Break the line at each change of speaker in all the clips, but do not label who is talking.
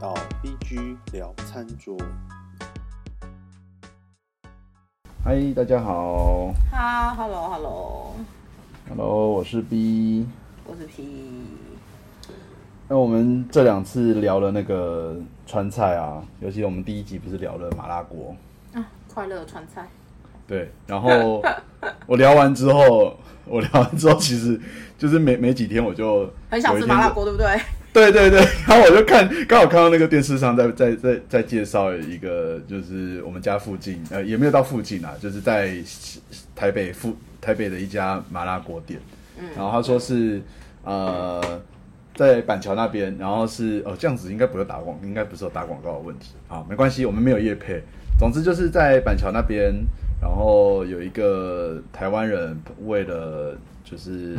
到 BG 聊餐桌。
嗨，大家好
哈，Hello Hello，
，Hello，我是 B。
我是 P。
那我们这两次聊了那个川菜啊，尤其我们第一集不是聊了麻辣锅，
啊，快乐川菜，
对。然后我聊完之后，我聊完之后，其实就是没没几天我就
很想
有一
吃
天
麻辣
就
锅，对不对？
对对 对，然后我就看，刚好看到那个电视上在在在在介绍一个，就是我们家附近，呃，也没有到附近啊，就是在台北附台北的一家麻辣锅店，然后他说是呃在板桥那边，然后是哦这样子应该不是打广，应该不是有打广告的问题啊，没关系，我们没有业配，总之就是在板桥那边，然后有一个台湾人为了就是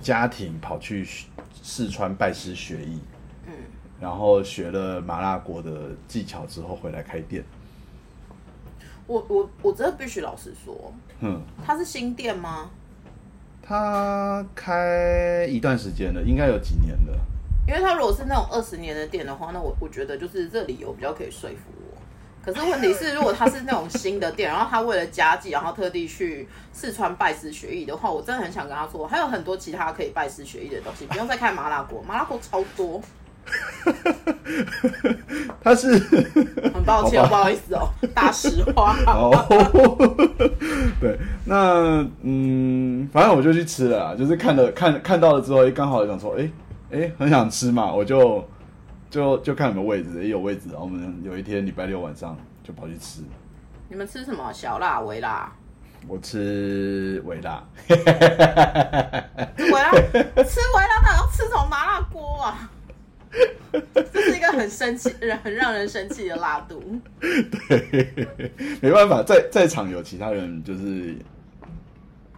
家庭跑去四川拜师学艺，
嗯，
然后学了麻辣锅的技巧之后回来开店，
我我我真的必须老实说，
嗯，
它是新店吗？
他开一段时间了，应该有几年了。
因为它如果是那种二十年的店的话，那我我觉得就是这理由比较可以说服我。可是问题是，如果它是那种新的店，然后他为了家计，然后特地去四川拜师学艺的话，我真的很想跟他说，还有很多其他可以拜师学艺的东西，不用再开麻辣锅，麻辣锅超多。
他是
很抱歉，
好吧
不好意思哦，大实话。
哦， 对，那嗯，反正我就去吃了啦，就是看了看看到了之后，诶刚好想说，哎哎，很想吃嘛，我就就就看有没有位置，诶有位置，然后我们有一天礼拜六晚上就跑去吃，
你们吃什么？小辣、微辣？
我吃维辣，
吃微辣，吃微辣，到底要吃什么麻辣锅啊？这是一个很生气、很让人生气的辣度。
没办法，在在场有其他人就是，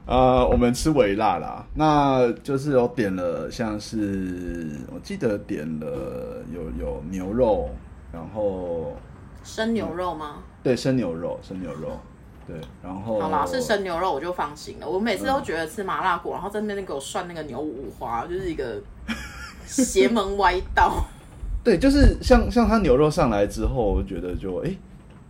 呃，我们吃微辣啦，那就是有点了，像是我记得点了有有牛肉，然后
生牛肉吗？
对生牛肉，生牛肉，对，然后
好啦，是生牛肉我就放心了。我每次都觉得吃麻辣锅，然后在那边给我涮那个牛五花，就是一个邪门歪道。
对，就是像像它牛肉上来之后，我觉得就哎、诶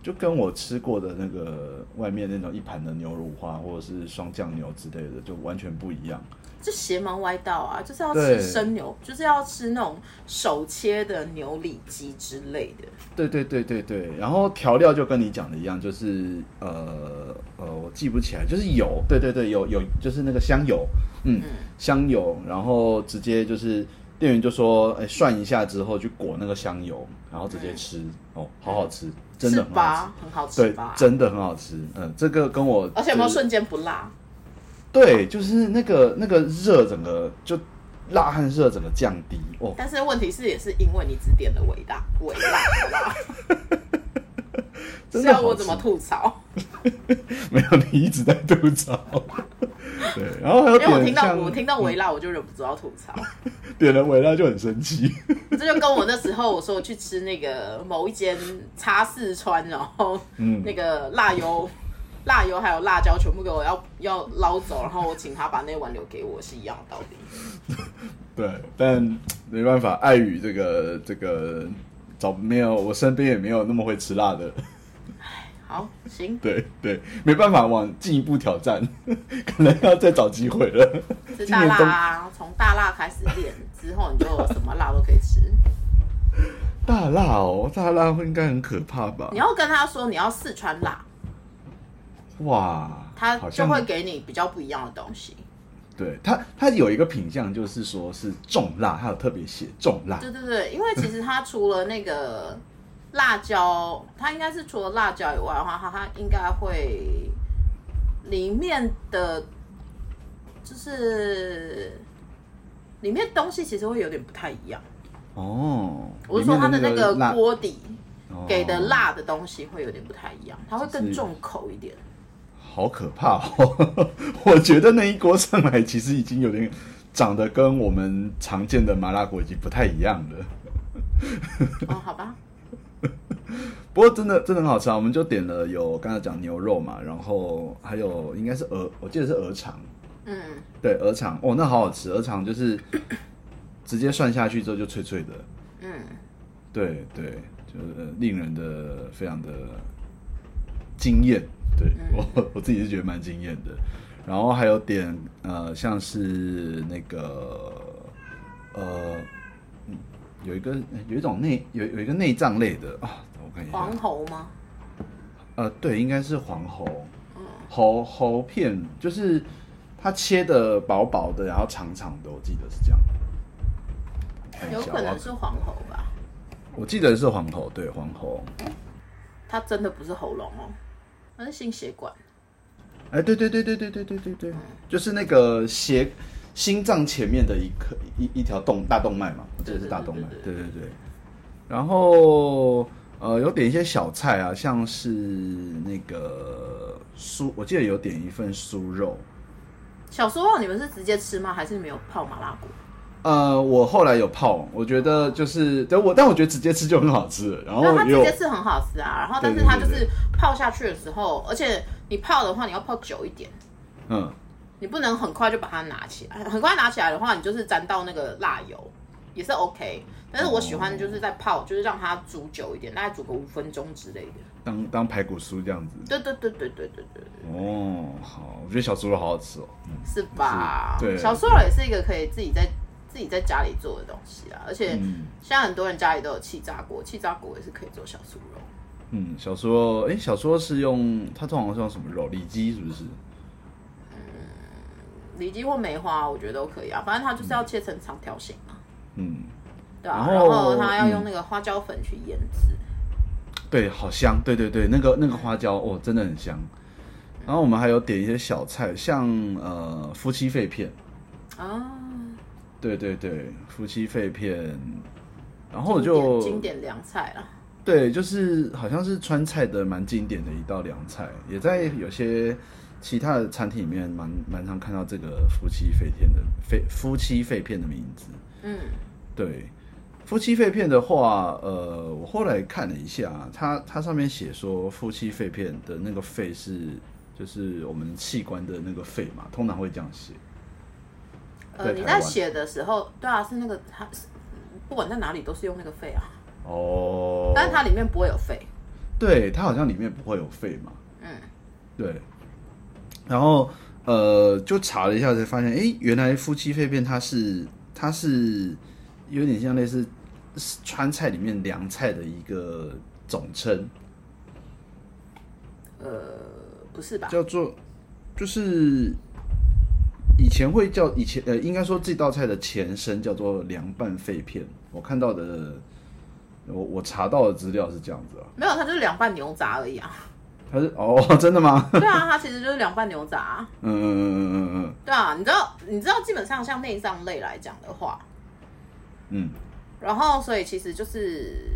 就跟我吃过的那个外面那种一盘的牛乳花或者是双酱牛之类的，就完全不一样。
这邪门歪道啊，就是要
对
吃生牛，就是要吃那种手切的牛里脊之类的。
对对对对对，然后调料就跟你讲的一样，就是呃呃，我记不起来，就是油，对对对，有有就是那个香油，嗯，香油，然后直接就是店员就说，哎，涮一下之后去裹那个香油，然后直接吃，哦，好好吃，真的
嗯是
很好
吧？很好
吃，
吃
对
吧，？
真的很好吃，嗯，这个跟我
而且有没有
就是
瞬间不辣？
对，就是那个那个热整个就辣和热整个降低，哦，
但是问题是，也是因为你只点了伟大伟大，好 不好？
真
是
的
要
好吃
我怎么吐槽？
没有，你一直在吐槽。 对，然后还有
因为我
点
听到
像
我听到维拉，我就忍不住要吐槽。
点了尾拉就很生气。
这就跟我那时候我说我去吃那个某一间叉四川，然后
嗯
那个辣油、辣油还有辣椒全部给我要要捞走，然后我请他把那碗留给我是一样的道理。
对，但没办法，碍于这个这个找没有，我身边也没有那么会吃辣的。
好，行，
对对，没办法往进一步挑战， 可能要再找机会了。
吃
今
大
年
辣
冬
啊，从大辣开始练，之后你就什么辣都可以吃。
大辣哦，大辣会应该很可怕吧
你？要跟他说你要四川辣，
哇，
他
好
就
像
会给你比较不一样的东西。
对他他有一个品相，就是说是重辣，他有特别写重辣。
对对对，因为其实它除了那个辣椒，它应该是除了辣椒以外的话，它它应该会里面的，就是里面东西其实会有点不太一样。
哦，
我是说它的那
里面
个
辣
锅底给的
哦
辣的东西会有点不太一样，它会更重口一点。
好可怕哦！ 我觉得那一锅上来其实已经有点长得跟我们常见的麻辣锅已经不太一样了。
哦，好吧，
不过真的真的很好吃啊！我们就点了有刚才讲牛肉嘛，然后还有应该是鹅，我记得是鹅肠，
嗯，
对，鹅肠哦， 那好好吃，鹅肠就是直接涮下去之后就脆脆的，
嗯，
对对，就是呃令人的非常的惊艳。对我 我自己是觉得蛮惊艳的。然后还有点呃，像是那个呃，嗯有一个有一种内有有一个内脏类的啊，我看一下
黄，喉吗？
呃，对，应该是黄喉，
嗯
喉喉片，就是它切的薄薄的，然后长长的，我记得是这样。看一下
有可
我要
能是黄喉吧，
我记得是黄喉，对黄喉。
它真的不是喉咙哦，那是心血管。
哎，对对对对对对对对
嗯
对，就是那个斜心脏前面的一颗一一条动大动脉嘛，这是大动脉，对
对
对对。然后呃，有点一些小菜啊，像是那个酥，我记得有点一份酥肉。
小时候你们是直接吃吗？还是你们有泡麻辣锅？
呃，我后来有泡，我觉得就是，但我但我觉得直接吃就很好吃了。然后
那它直
有
接是很好吃啊，然后但是
对对
它就
哦对
是泡下去的时候，而且你泡的话，你要泡久一点，
嗯，
你不能很快就把它拿起来。很快拿起来的话，你就是沾到那个辣油也是 OK。但是我喜欢就是在泡，就是让它煮久一点，大概煮个五分钟之类的。
当当排骨酥这样子。
对对对对对对对，
哦，好，我觉得小猪肉好好吃哦。嗯
是吧？
是对
小酥肉也是一个可以自己在自己在家里做的东西啊啦，而且
嗯
现在很多人家里都有气炸锅，气炸锅也是可以做小酥肉。
嗯，小时候，哎、小时候是用它通常是用什么肉？里脊是不是？
里脊或梅花，我觉得都可以啊，反正它就是要切成长条形嘛，
嗯，
对啊，
然
然
后嗯
后它要用那个花椒粉去腌制。
对，好香，对对对，那个那个花椒哦，真的很香。然后我们还有点一些小菜，像呃夫妻肺片，
啊，
对对对，夫妻肺片。然后我
经典
就
经典凉菜啦，
对，就是好像是川菜的蛮经典的一道凉菜，也在有些其他的餐厅里面蛮蛮常看到这个夫妻肺片的肺夫妻肺片的名字。
嗯，
对，夫妻肺片的话，呃，我后来看了一下，它它上面写说夫妻肺片的那个肺是就是我们器官的那个肺嘛，通常会这样写。
呃，
在
你
台湾
在写的时候，对啊，是那个它是不管在哪里都是用那个肺啊，
哦
但是它里面不会有肺，
对它好像里面不会有肺嘛。
嗯，
对，然后呃，就查了一下才发现，诶，原来夫妻肺片它是它是有点像类似川菜里面凉菜的一个总称。
不是吧？
叫做就是以前会叫以前呃，应该说这道菜的前身叫做凉拌肺片。我看到的，我我查到的资料是这样子啊，
没有，它就是凉拌牛杂而已啊。
它是哦，真的吗？
对啊，它其实就是凉拌牛杂啊、
嗯嗯嗯嗯嗯
对啊，你知道，你知道，基本上像内脏类来讲的话，
嗯
然后所以其实就是，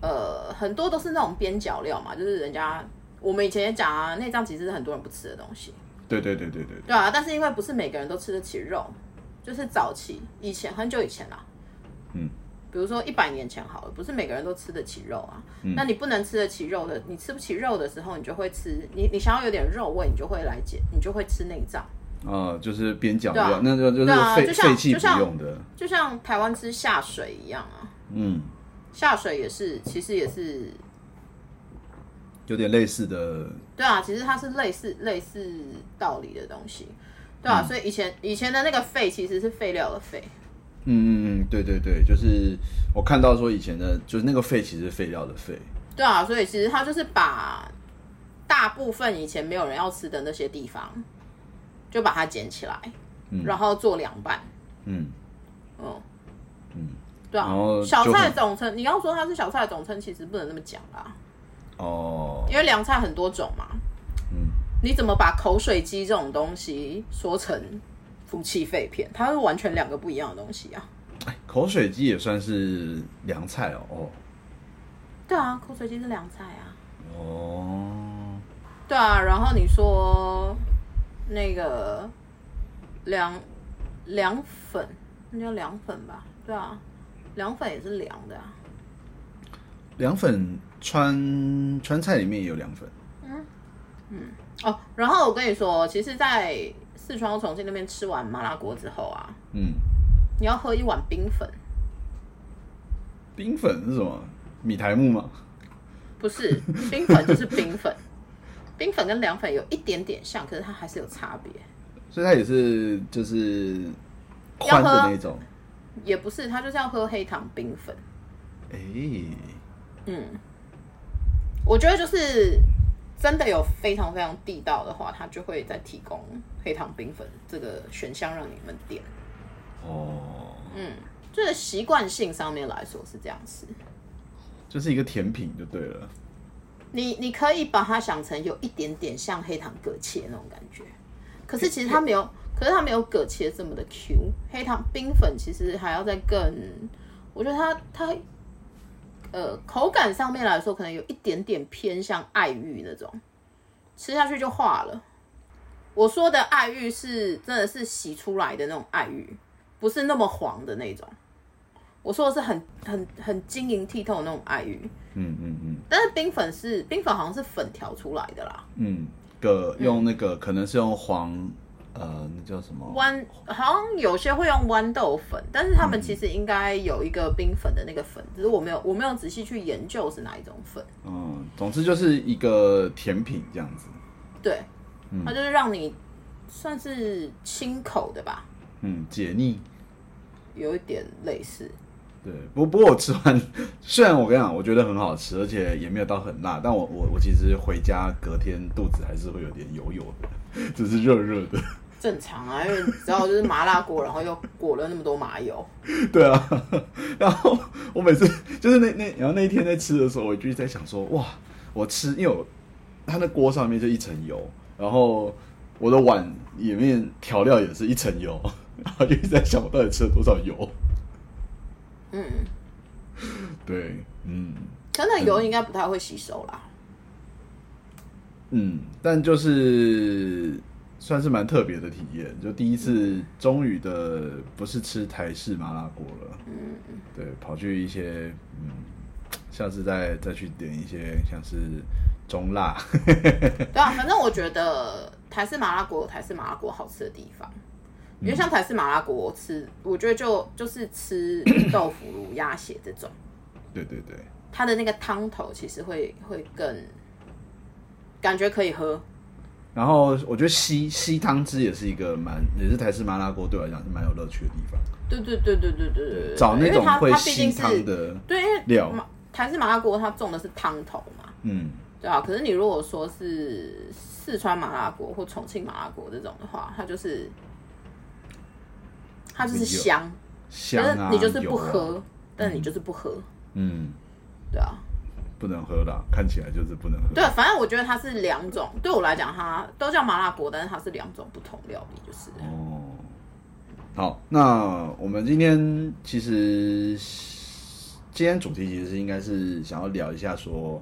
呃，很多都是那种边角料嘛，就是人家我们以前也讲啊，内脏其实是很多人不吃的东西，
嗯，对对对对对，
对啊，但是因为不是每个人都吃得起肉，就是早期以前很久以前啦，
嗯，
比如说一百年前好了，不是每个人都吃得起肉啊，
嗯
那你不能吃得起肉的，你吃不起肉的时候，你就会吃，你你想要有点肉味，你就会来解，你就会吃内脏。
啊、就是边角
对啊
料，那就就是
对啊
废
就像
废弃
就
不
像
用的，
就像台湾吃下水一样啊，
嗯，
下水也是，其实也是，
有点类似的，
对啊，其实它是类似类似道理的东西，
嗯
对啊，所以以前以前的那个肺其实是废料的废，
嗯嗯嗯，对对对，就是我看到说以前的，就是那个废其实是废料的废，
对啊，所以其实它就是把大部分以前没有人要吃的那些地方，就把它捡起来，然后做凉拌，
嗯，
嗯
嗯，
对啊
然后，就
小
很
菜总称，你要说它是小菜总称，其实不能那么讲啦，
哦，
因为凉菜很多种嘛，
嗯。
你怎么把口水鸡这种东西说成夫妻肺片？它是完全两个不一样的东西啊。
口水鸡也算是凉菜哦。哦
对啊，口水鸡是凉菜啊。
哦，
对啊，然后你说那个凉凉粉，那叫凉粉吧？对啊，凉粉也是凉的啊。
凉粉川川菜里面也有凉粉。
哦，然后我跟你说，其实，在四川或重庆那边吃完麻辣锅之后啊，
嗯，
你要喝一碗冰粉，
冰粉是什么？米苔木吗？
不是冰粉就是冰粉，冰粉跟凉粉有一点点像，可是它还是有差别。
所以它也是就是宽的那种。
也不是，它就是要喝黑糖冰粉。
哎、
我觉得就是真的有非常非常地道的话，它就会再提供黑糖冰粉这个选项让你们点。
哦，
就是习惯性上面来说是这样吃，
就是一个甜品就对了。
你你可以把它想成有一点点像黑糖葛切那种感觉，可是其实它没有，可是它没有葛切这么的 Q。黑糖冰粉其实还要再更，我觉得它它呃口感上面来说，可能有一点点偏向爱玉那种，吃下去就化了。我说的爱玉是真的是洗出来的那种爱玉，不是那么黄的那种。我说的是很很很晶莹剔透的那种爱玉。
嗯嗯嗯
但是冰粉是冰粉，好像是粉调出来的啦。
嗯，个用那个、可能是用黄，呃，那叫什么？
豌好像有些会用豌豆粉，但是他们其实应该有一个冰粉的那个粉，只是我没有我没有仔细去研究是哪一种粉。
嗯，总之就是一个甜品这样子。
对，它就是让你算是清口的吧，
嗯，解腻。
有一点类似。
对，不不过我吃完，虽然我跟你讲，我觉得很好吃，而且也没有到很辣，但我我我其实回家隔天肚子还是会有点油油的， 只是热热的。
正常啊，因为你知道就是麻辣锅，然后又裹了那么多麻油，
对啊，然后我每次就是那那然后那一天在吃的时候，我就一直在想说，哇，我吃，因为我它那锅上面就一层油，然后我的碗里面调料也是一层油， 然后就一直在想我到底吃了多少油。
嗯，
对，嗯
真的油应该不太会吸收啦。
嗯，但就是算是蛮特别的体验，就第一次终于的不是吃台式麻辣锅了，
嗯，
对，跑去一些嗯，下次再再去点一些像是中辣。
对啊，反正我觉得台式麻辣锅有台式麻辣锅好吃的地方，因为
嗯
像台式麻辣锅我吃，我觉得就就是 吃豆腐乳、鸭血这种，
对对对，
它的那个汤头其实会会更感觉可以喝，
然后我觉得吸吸汤汁也是一个蛮，也是台式麻辣锅对我来讲是蛮有乐趣的地方。
对对对对对对对，
找那
因为
种
它
会
它毕
吸
竟是
汤的，
对，因为
料
麻台式麻辣锅它重的是汤头嘛，
嗯，
对啊，可是你如果说是四川麻辣锅或重庆麻辣锅这种的话，它就是它就是
没有
香。
香
但
啊，
是你就是不
油啊
喝，但你就是不喝，
嗯，
对啊，
不能喝啦，看起来就是不能喝。
对，啊反正我觉得它是两种，对我来讲，它都叫麻辣锅，但是它是两种不同料理，就是了
哦，好，那我们今天其实今天主题其实是应该是想要聊一下说，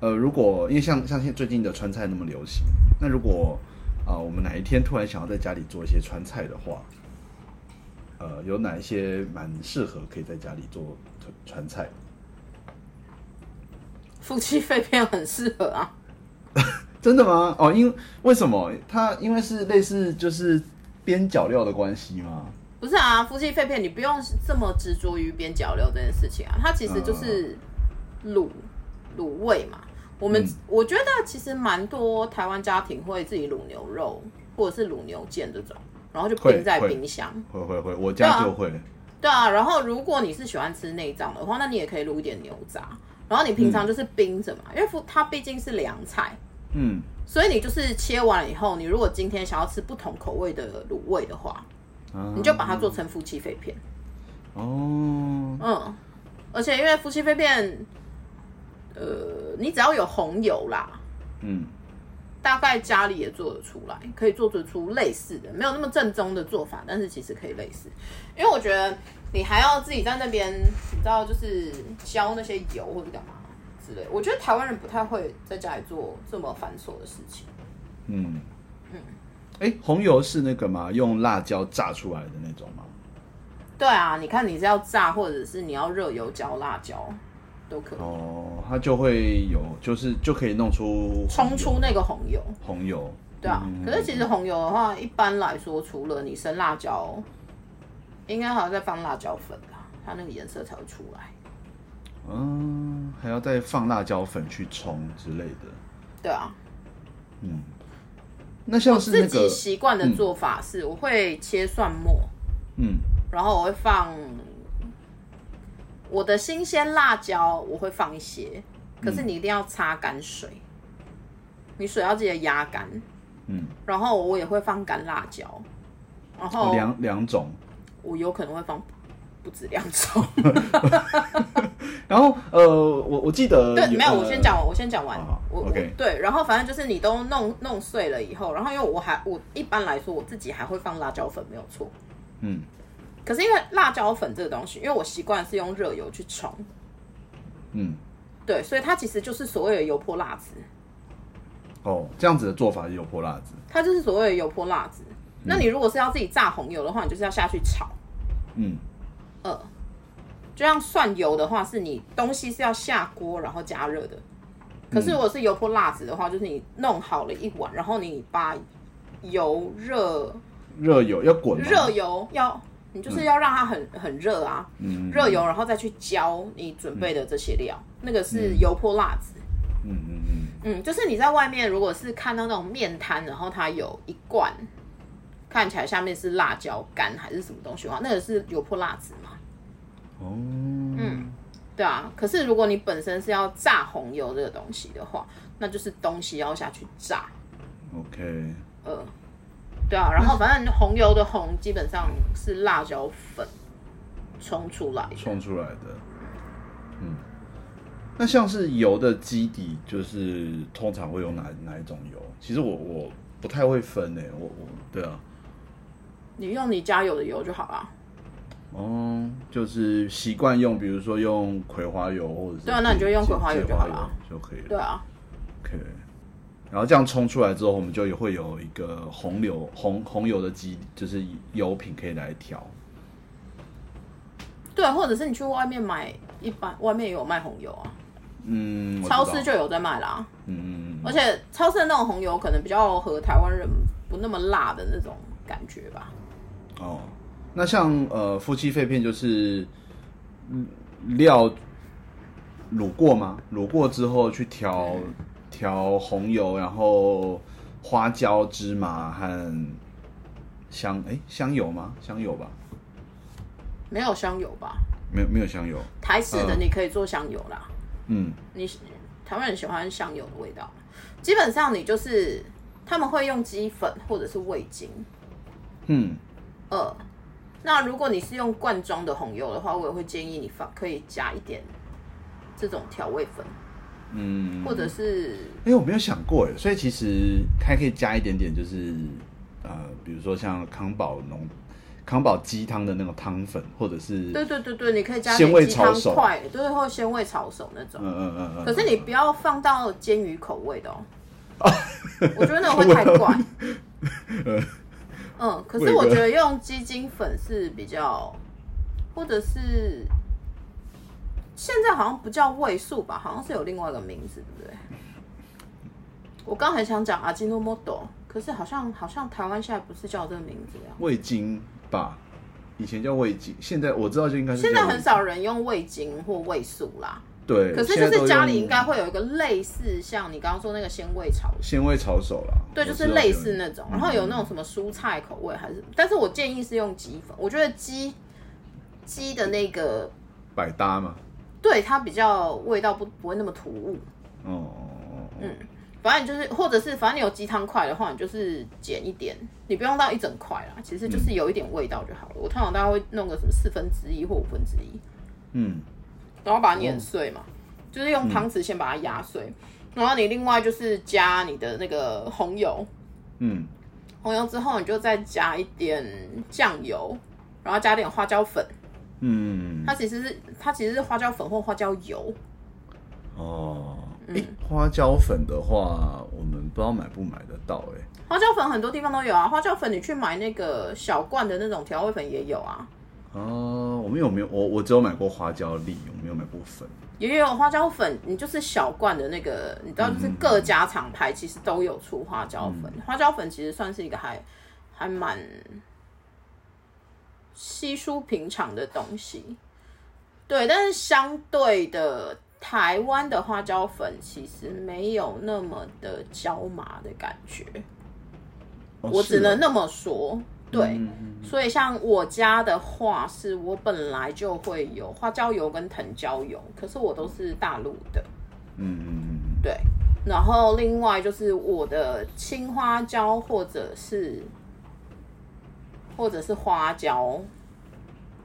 呃，如果因为像像现最近的川菜那么流行，那如果啊、呃我们哪一天突然想要在家里做一些川菜的话，呃，有哪一些蛮适合可以在家里做川川菜？
夫妻肺片很适合啊，
真的吗？哦，因为什么它因为是类似就是边角料的关系吗？
不是啊，夫妻肺片你不用这么执着于边角料这件事情啊，它其实
嗯
就是卤卤味嘛。我们、
嗯
我觉得其实蛮多台湾家庭会自己卤牛肉或者是卤牛腱这种，然后就
会
冰在
会
冰箱。
会会会，我
对
家
啊
就会。
对啊，然后如果你是喜欢吃内脏的话，那你也可以卤一点牛杂。然后你平常就是冰着嘛，因为不它毕竟是凉菜，
嗯，
所以你就是切完了以后，你如果今天想要吃不同口味的卤味的话，
啊
你就把它做成夫妻肺片。
哦，
嗯，而且因为夫妻肺片，呃，你只要有红油啦，
嗯，
大概家里也做得出来，可以做得出类似的，没有那么正宗的做法，但是其实可以类似。因为我觉得你还要自己在那边，你知道，就是浇那些油或者干嘛之类。我觉得台湾人不太会在家里做这么繁琐的事情。
嗯，哎、红油是那个吗？用辣椒炸出来的那种吗？
对啊，你看你是要炸，或者是你要热油浇辣椒，都可以
哦，它就会有，就是就可以弄出红
冲
油
出那个红油。
红油。嗯
对啊，可是其实红油的话，一般来说，除了你生辣椒，应该还要再放辣椒粉吧，它那个颜色才会出来。
嗯，还要再放辣椒粉去冲之类的。
对啊，
嗯，那像是那
自己
个，
习惯的做法是，我会切蒜末，
嗯，
然后我会放我的新鲜辣椒，我会放一些，可是你一定要擦干水，你水要记得压干，
嗯，
然后我也会放干辣椒，然后
两两种。
我有可能会放不不止两种。
然后呃，我我记得
对，没有，
呃
我先讲完，我先讲完
好好。
我我
OK
对，然后反正就是你都弄弄碎了以后，然后因为我还我一般来说我自己还会放辣椒粉，没有错。
嗯
可是因为辣椒粉这个东西，因为我习惯是用热油去冲，
嗯
对，所以它其实就是所谓的油泼辣子，
哦，这样子的做法也有泼辣子。
它就是所谓的油泼辣子。那你如果是要自己炸红油的话，你就是要下去炒。
嗯
呃，就像蒜油的话，是你东西是要下锅然后加热的。可是如果是油泼辣子的话，就是你弄好了一碗，然后你把油热
热油要滚吗
热油要，你就是要让它很、很热啊，
嗯
热油，然后再去浇你准备的这些料，那个是油泼辣子。
嗯嗯嗯
嗯，就是你在外面如果是看到那种面摊，然后它有一罐，看起来下面是辣椒干还是什么东西的话，那个是油泼辣子嘛。
哦
嗯对啊，可是如果你本身是要炸红油这个东西的话，那就是东西要下去炸，
，OK，
呃，对
嗯
啊，然后反正红油的红基本上是辣椒粉冲出来的，
冲出来的。嗯，那像是油的基底，就是通常会用哪哪一种油？其实我我不太会分诶、我我对啊，
你用你家有的油就好啦。
哦，就是习惯用，比如说用葵花油或者是
对啊那你就用
芥
葵花油
芥
就好了
油就可以了。
对啊，
OK，然后这样冲出来之后，我们就也会有一个红油红红油的基，就是油品可以来调。
对啊，或者是你去外面买，一般外面也有卖红油啊，
嗯，我知道
超市就有在卖啦。
嗯嗯嗯
而且超市的那种红油可能比较合台湾人不那么辣的那种感觉吧。
哦，那像呃夫妻肺片就是嗯料卤过吗？卤过之后去调调红油，然后花椒、芝麻和香哎香油吗？香油吧，
没有香油吧？
没有没有香油，
台式的
嗯
你可以做香油啦。
嗯
你喜台湾人喜欢香油的味道，基本上你就是他们会用鸡粉或者是味精。
嗯
呃，那如果你是用罐装的红油的话，我也会建议你放可以加一点这种调味粉，
嗯，
或者是
哎、我没有想过哎，所以其实还可以加一点点，就是呃，比如说像康宝浓、康宝鸡汤的那种汤粉，或者是
对
嗯
对对对，你可以加
鲜
点
味
鸡
炒
汤
手
块，对，或鲜味炒手那种。
嗯嗯嗯。
可是你不要放到煎鱼口味的哦，我觉得那个会太 怪。
呃
嗯，可是我觉得用鸡精粉是比较，或者是现在好像不叫味素吧，好像是有另外一个名字，对不对？我刚很想讲阿基诺莫多，可是好像好像台湾现在不是叫这个名字啊呀。
味精吧，以前叫味精，现在我知道就应该是
现在
叫味
很少人用味精或味素啦，
对，
可是
现在
就
都
是家
用
里应该会有一个类似像你刚刚说那个鲜味炒
鲜味炒手啦，
对，
我
就
知
是
道嗯
类
有
似那种，然后有那种什么蔬菜口味还是，但是我建议是用鸡粉，我觉得鸡鸡的那个
百搭嘛，
对它比较味道不不会那么突兀，
哦哦哦，嗯，
反正就是或者是反正你有鸡汤块的话，你就是剪一点，你不用到一整块啦，其实
嗯
就是有一点味道就好了。我通常大概会弄个什么四分之一或五分之一，
嗯
然后把它
哦
碾碎嘛，就是用汤匙先把它压碎，然后你另外就是加你的那个红油，
嗯
红油之后，你就再加一点酱油，然后加点花椒粉。
嗯，
它其实是它其实是花椒粉或花椒油，
哦，哎、花椒粉的话，我们不知道买不买得到哎、
花椒粉很多地方都有啊。花椒粉你去买那个小罐的那种调味粉也有啊，
哦，我们有没有？我我只有买过花椒粒，我没有买过粉。
也有花椒粉。你就是小罐的那个，你知道，
嗯
就是各家厂牌其实都有出花椒粉。花椒粉其实算是一个还还蛮稀疏平常的东西。对，但是相对的，台湾的花椒粉其实没有那么的椒麻的感觉，
哦
我
是
只
哦
能那么说。对，
嗯嗯嗯
所以像我家的话，是我本来就会有花椒油跟藤椒油，可是我都是大陆的。
嗯嗯嗯
对，然后另外就是我的青花椒或者是或者是花椒，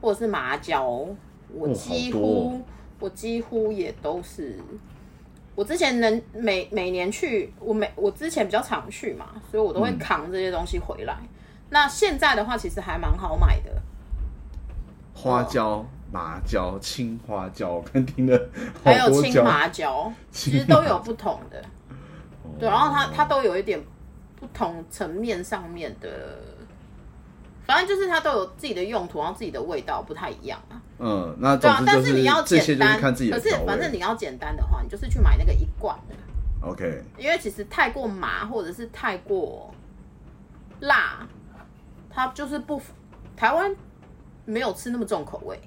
或者是麻椒，我
哦
几
好多
乎、
哦
我几乎也都是。我之前能每每年去，我每我之前比较常去嘛，所以我都会
嗯
扛这些东西回来。那现在的话，其实还蛮好买的，
花椒、麻椒、青花椒，我看听了好
还有
多
青
椒。
麻 椒，其实
青麻
都有不同的。
哦
对，然后它它都有一点不同层面上面的，反正就是它都有自己的用途，然后自己的味道不太一样啊。
嗯，那
对
总
啊
之，
但
就是
你要
这些
简
就是
单，
看自己
可
的
是
调味。
反正你要简单的话，你就是去买那个一罐的，
OK，
因为其实太过麻或者是太过辣，它就是不符台湾没有吃那么重口味，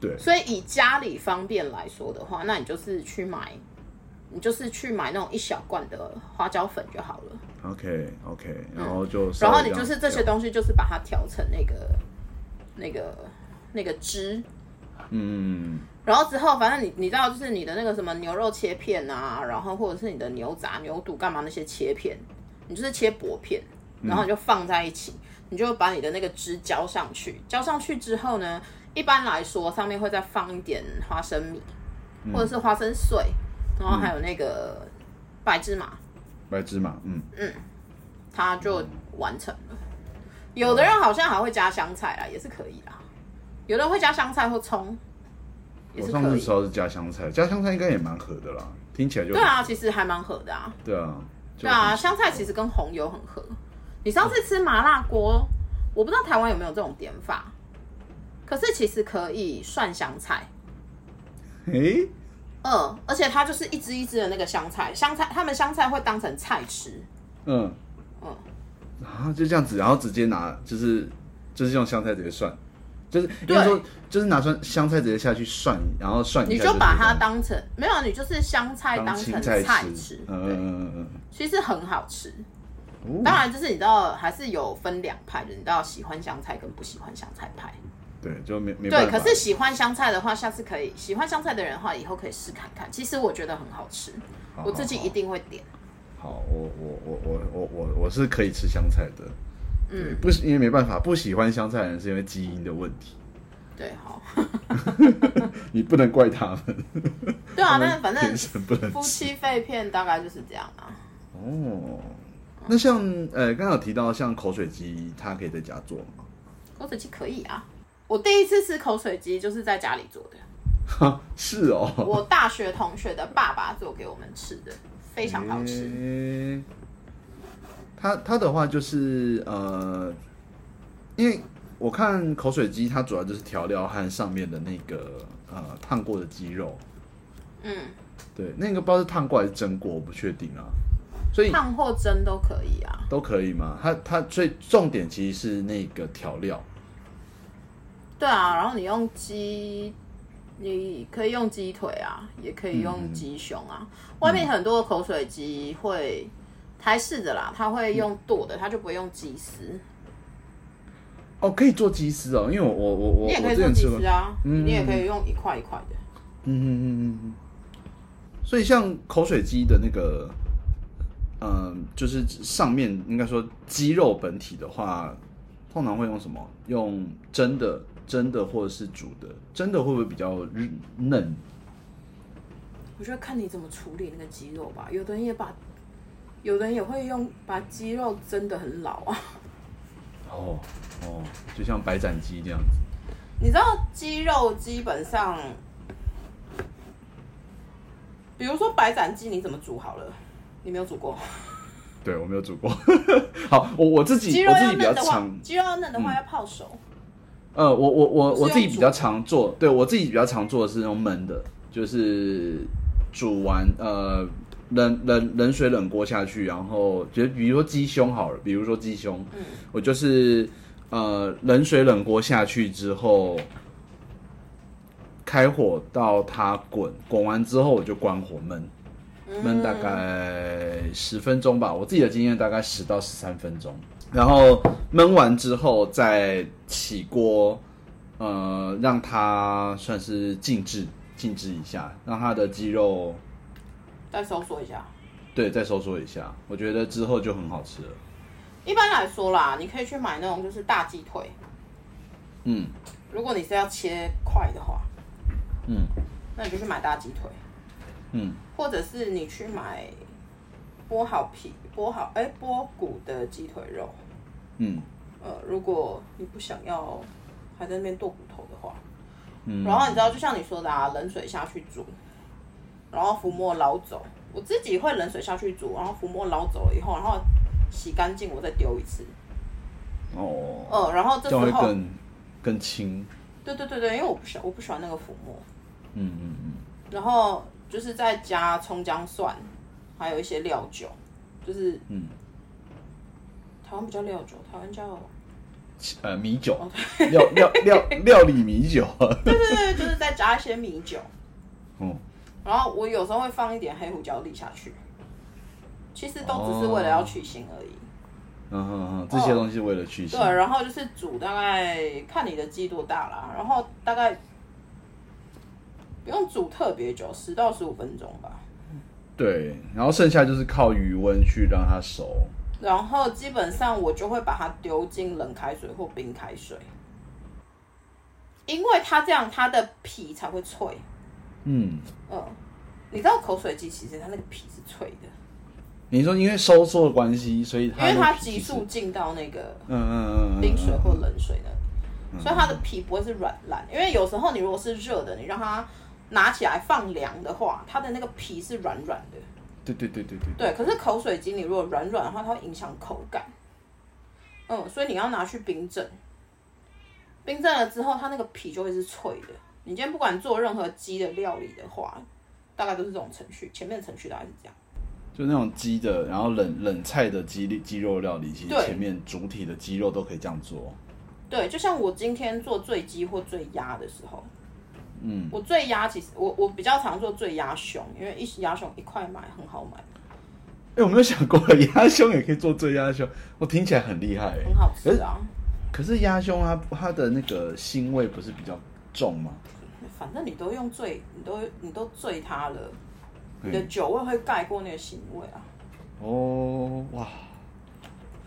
对，
所以以家里方便来说的话，那你就是去买，你就是去买那种一小罐的花椒粉就好了。
OK OK，然后就稍
嗯然
微
后你
样
就是这些
调，
东西，就是把它调成那个、那个、那个汁，
嗯，嗯
然后之后反正你你知道，就是你的那个什么牛肉切片啊，然后或者是你的牛杂、牛肚干嘛那些切片，你就是切薄片，然后你就放在一起，你就把你的那个汁浇上去，浇上去之后呢，一般来说上面会再放一点花生米，或者是花生碎，然后还有那个白芝麻，
白芝麻，嗯，
它就完成了。有的人好像还会加香菜啊啦，也是可以啦。有的人会加香菜或葱，也
我
是
上
可
次
以
知。道是加香菜，加香菜应该也蛮合的啦，听起来就
对啊，其实还蛮合的啊。
对啊，就
对啊，香菜其实跟红油很合。你上次吃麻辣锅，我不知道台湾有没有这种点法，可是其实可以涮香菜。
诶，
嗯，而且它就是一支一支的那个香菜，香菜他们香菜会当成菜吃。
嗯
嗯，
啊，就这样子，然后直接拿，就是就是用香菜直接涮，就是应
对
该说就是拿香香菜直接下去涮，然后涮一
你
下就
就把它
可以
当成没有，你就是香菜
当
当
青
成
菜
菜
吃
吃，，
嗯嗯嗯
其实很好吃。
嗯，
当
哦
然，就是你知道，还是有分两派的，你知道喜欢香菜跟不喜欢香菜派。
对，就没没
对，
办法
可是喜欢香菜的话，下次可以喜欢香菜的人的话，以后可以试看看。其实我觉得很好吃，
好
我自己
好
一定会点。
好，我我我我我我我是可以吃香菜的，对，
嗯，
不是因为没办法，不喜欢香菜的人是因为基因的问题，
对，
哦
好，
你不能怪他们，
对
他
啊，
们
但是反
天
正
生不能
夫
吃
妻肺片大概就是这样啊。
哦。那像呃，刚刚有提到像口水鸡，它可以在家做吗？
口水鸡可以啊，我第一次吃口水鸡就是在家里做的，
哈，是哦，
我大学同学的爸爸做给我们吃的，非常好吃。
嗯诶它它的话就是呃，因为我看口水鸡，它主要就是调料和上面的那个呃烫过的鸡肉，
嗯，
对，那个不知道是烫过还是蒸过，我不确定啊。所以
烫或蒸都可以啊。
都可以嘛？它它所以重点其实是那个调料，
对啊，然后你用鸡，你可以用鸡腿啊，也可以用鸡胸
嗯
啊。外面很多的口水鸡会台式的啦，它会用剁的，它就不会用鸡丝。
哦，可以做鸡丝哦，因为我我我我
你也可
我
以
之
做
前
鸡
吃过，
丝啊，
嗯
你也可以用一块一块的。
嗯嗯嗯嗯嗯。所以像口水鸡的那个，嗯、就是上面应该说鸡肉本体的话，通常会用什么？用蒸的、蒸的或者是煮的，蒸的会不会比较嫩？
我觉得看你怎么处理那个鸡肉吧，有的人也把，有的人也会用把鸡肉蒸的很老啊。
哦哦，就像白斩鸡这样子。
你知道鸡肉基本上，比如说白斩鸡，你怎么煮好了？你没有煮过？
对，我没有煮过。 好，我我自
鸡
己
肉
我
要
自己
嫩
比较嗯
的话
常，
鸡肉要嫩的话要泡熟。
呃，我我我
不是
我自己
用
比
煮
较
的
常做，对我自己比较常做的是那种焖的，就是煮完呃冷冷冷水冷锅下去，然后就比如说鸡胸好了，比如说鸡胸，
嗯
我就是呃冷水冷锅下去之后，开火到它滚，滚完之后我就关火焖，焖
嗯
大概十分钟吧。我自己的经验大概十到十三分钟，然后焖完之后再起锅，呃，让它算是静置静置一下，让它的鸡肉
再搜索一下。
对再收缩一下。我觉得之后就很好吃了。
一般来说啦，你可以去买那种就是大鸡腿，
嗯
如果你是要切块的话，
嗯
那你就去买大鸡腿，
嗯
或者是你去买剥好皮、剥好哎剥骨的鸡腿肉。
嗯
呃，如果你不想要还在那边剁骨头的话，
嗯，
然后你知道，就像你说的啊，冷水下去煮，然后浮沫捞走。我自己会冷水下去煮，然后浮沫捞走了以后，然后洗干净，我再丢一次。
哦，
呃，然后这
这
时
样会
候，
更更轻。
对对对对，因为我不喜我不喜欢那个浮沫，
嗯嗯嗯
然后就是再加葱姜蒜，还有一些料酒，就是
嗯，
台湾不叫料酒，台湾叫
呃，米酒，
哦
料料 料料理米酒。
对对对，就是再加一些米酒，
嗯，
然后我有时候会放一点黑胡椒粒下去，其实都只是为了
哦
要去腥而已。
嗯嗯嗯，这些东西为了去腥。
哦对，然后就是煮大概看你的鸡多大啦，然后大概不用煮特别久，十到十五分钟吧。
对，然后剩下就是靠余温去让它熟。
然后基本上我就会把它丢进冷开水或冰开水，因为它这样它的皮才会脆。
嗯，
嗯，你知道口水鸡其实它那个皮是脆的，
你说因为收缩的关系，所以它
因为它
那个皮
急
其实
速进到那个
嗯嗯嗯嗯
冰水或冷水那里，所以它的皮不会是软烂。因为有时候你如果是热的，你让它拿起来放凉的话，它的那个皮是软软的。
对对对对对
对，可是口水鸡你如果软软的话，它会影响口感。嗯，所以你要拿去冰镇，冰镇了之后，它那个皮就会是脆的。你今天不管做任何鸡的料理的话，大概都是这种程序，前面的程序大概是这样。
就那种鸡的，然后冷冷菜的鸡粒鸡肉料理，其实
对
前面主体的鸡肉都可以这样做。
对，就像我今天做醉鸡或醉鸭的时候，
嗯，
我醉鸭其实我我比较常做醉鸭胸，因为一鸭胸一块买很好买，
哎，我没有想过鸭胸也可以做醉鸭胸，我听起来很厉害欸。
很好吃啊。
可是鸭胸它它的那个腥味不是比较重吗？
反正你都用醉，你都你都醉它了，你的
嗯，
酒味会盖过那个腥味啊。
哦，哇，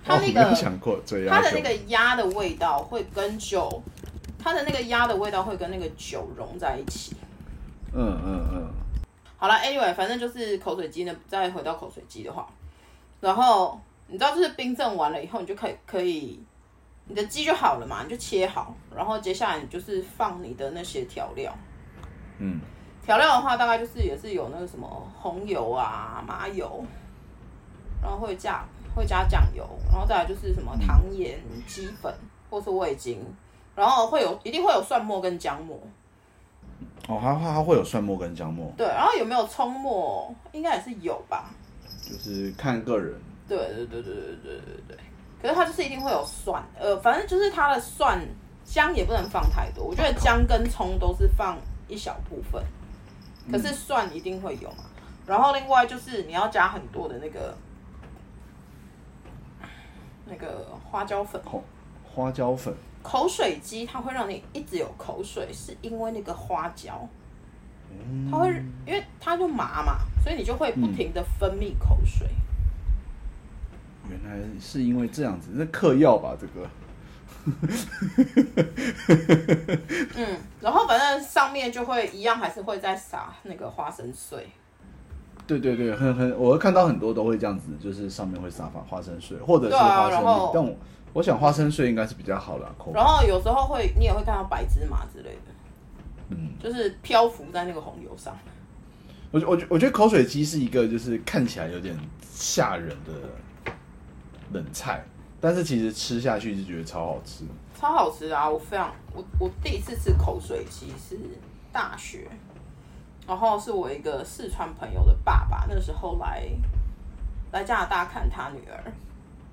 它
哦
那
我没有
个
想过醉鸭
它
胸，
的那个鸭的味道会跟酒，它的那个鸭的味道会跟那个酒融在一起。
嗯嗯嗯，
好了，anyway，反正就是口水鸡呢，再回到口水鸡的话，然后你知道，就是冰镇完了以后，你就可以可以，你的鸡就好了嘛，你就切好，然后接下来你就是放你的那些调料。
嗯
调料的话，大概就是也是有那个什么红油啊、麻油，然后会加会加酱油，然后再来就是什么糖盐、鸡粉或是味精，然后会有一定会有蒜末跟姜末，
哦，它它会有蒜末跟姜末，
对，然后有没有葱末，应该也是有吧，
就是看个人。
对对对对对对对对。可是它就是一定会有蒜，呃，反正就是它的蒜姜也不能放太多，我觉得姜跟葱都是放一小部分，可是蒜一定会有嘛。然后另外就是你要加很多的那个那个花椒粉，
红花椒粉，
口水鸡它会让你一直有口水，是因为那个花椒，它会因为它就麻嘛，所以你就会不停的分泌口水。
原来是因为这样子，那嗑药吧？这个
嗯，然后反正上面就会一样，还是会再撒那个花生碎。
对对对，很很，我看到很多都会这样子，就是上面会撒花花生碎，或者是
对啊
花生
然
粒。
后
但我我想花生碎应该是比较好啦，口
然后有时候会，你也会看到白芝麻之类的，
嗯，
就是漂浮在那个红油上。
我觉我觉我觉得口水鸡是一个就是看起来有点吓人的冷菜，但是其实吃下去就觉得超好吃。
超好吃的啊！我非常我我第一次吃口水鸡是大学，然后是我一个四川朋友的爸爸，那时候来来加拿大看他女儿，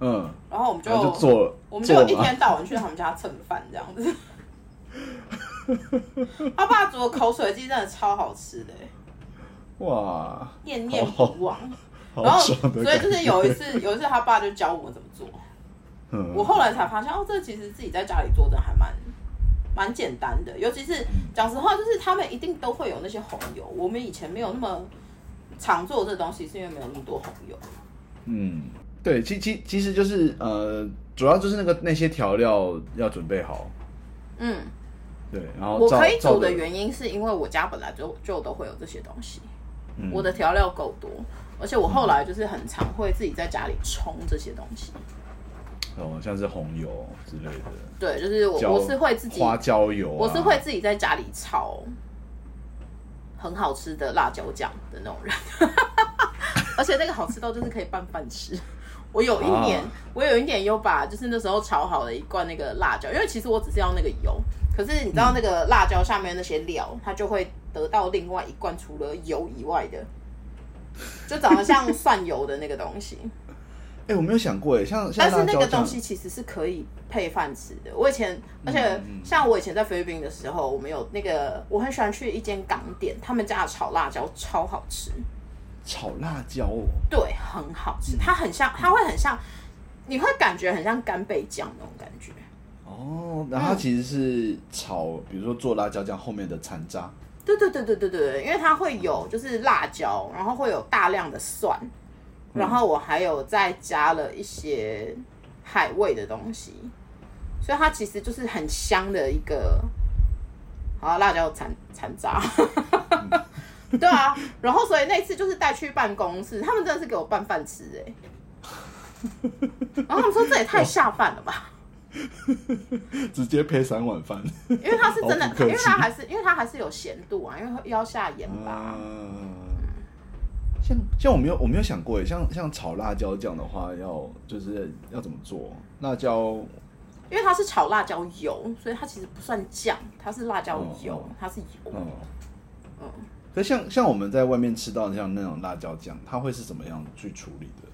嗯，
然后我们就
然后就做了，
我们就
做
一
嘛
天到晚去他们家蹭饭这样子。他爸煮的口水鸡真的超好吃的、
哇，
念念不忘。然
好
后，
爽的
所以
感觉。
就是有一次，有一次他爸就教我们怎么做。
嗯，
我后来才发现，哦，这其实自己在家里做的还蛮蛮简单的。尤其是
嗯
讲实话，就是他们一定都会有那些红油。我们以前没有那么常做这东西，是因为没有那么多红油。
嗯，对，其其其实就是呃，主要就是那个那些调料要准备好，
嗯，
对，然后
我
照
可以
照
煮的
着
原因是因为我家本来就就都会有这些东西，
嗯
我的调料够多，而且我后来就是很常会自己在家里冲这些东西。
哦，像是红油之类的，
对，就是我
椒
我是会自己
花椒油、啊，
我是会自己在家里炒很好吃的辣椒酱的那种人， 而且那个好吃到就是可以拌饭吃。我有一年，
啊
我有一年又把就是那时候炒好的一罐那个辣椒，因为其实我只是要那个油，可是你知道那个辣椒下面那些料，它就会得到另外一罐除了油以外的，就长得像蒜油的那个东西。
哎、我没有想过哎，像像
但是
辣
那
椒
个
酱
东西其实是可以配饭吃的。我以前，而且
嗯
像我以前在菲律宾的时候，我们有那个，我很喜欢去一间港店，他们家的炒辣椒超好吃，
炒辣椒哦，
对，很好
嗯
吃。它很像，它会很像，你会感觉很像干贝酱那种感觉。
哦，然后它其实是炒，比如说做辣椒酱后面的残渣，
对对对对对对对，因为它会有就是辣椒，然后会有大量的蒜，然
嗯
后我还有再加了一些海味的东西，所以它其实就是很香的一个，啊，辣椒残残渣，
嗯
对啊，然后所以那次就是带去办公室，他们真的是给我拌饭吃哎、然后他们说这也
哦
太下饭了吧，
直接配三碗饭。
因为它是真的
好不，客
因
气
为它还是因为它还是有咸度啊，因为要下盐吧。
嗯，像像我没有我没有想过哎，像像炒辣椒酱的话，要就是要怎么做？辣椒
因为它是炒辣椒油，所以它其实不算酱，它是辣椒油，
哦哦
它是油。
嗯
嗯
可像像我们在外面吃到像那种辣椒酱，它会是怎么样去处理的？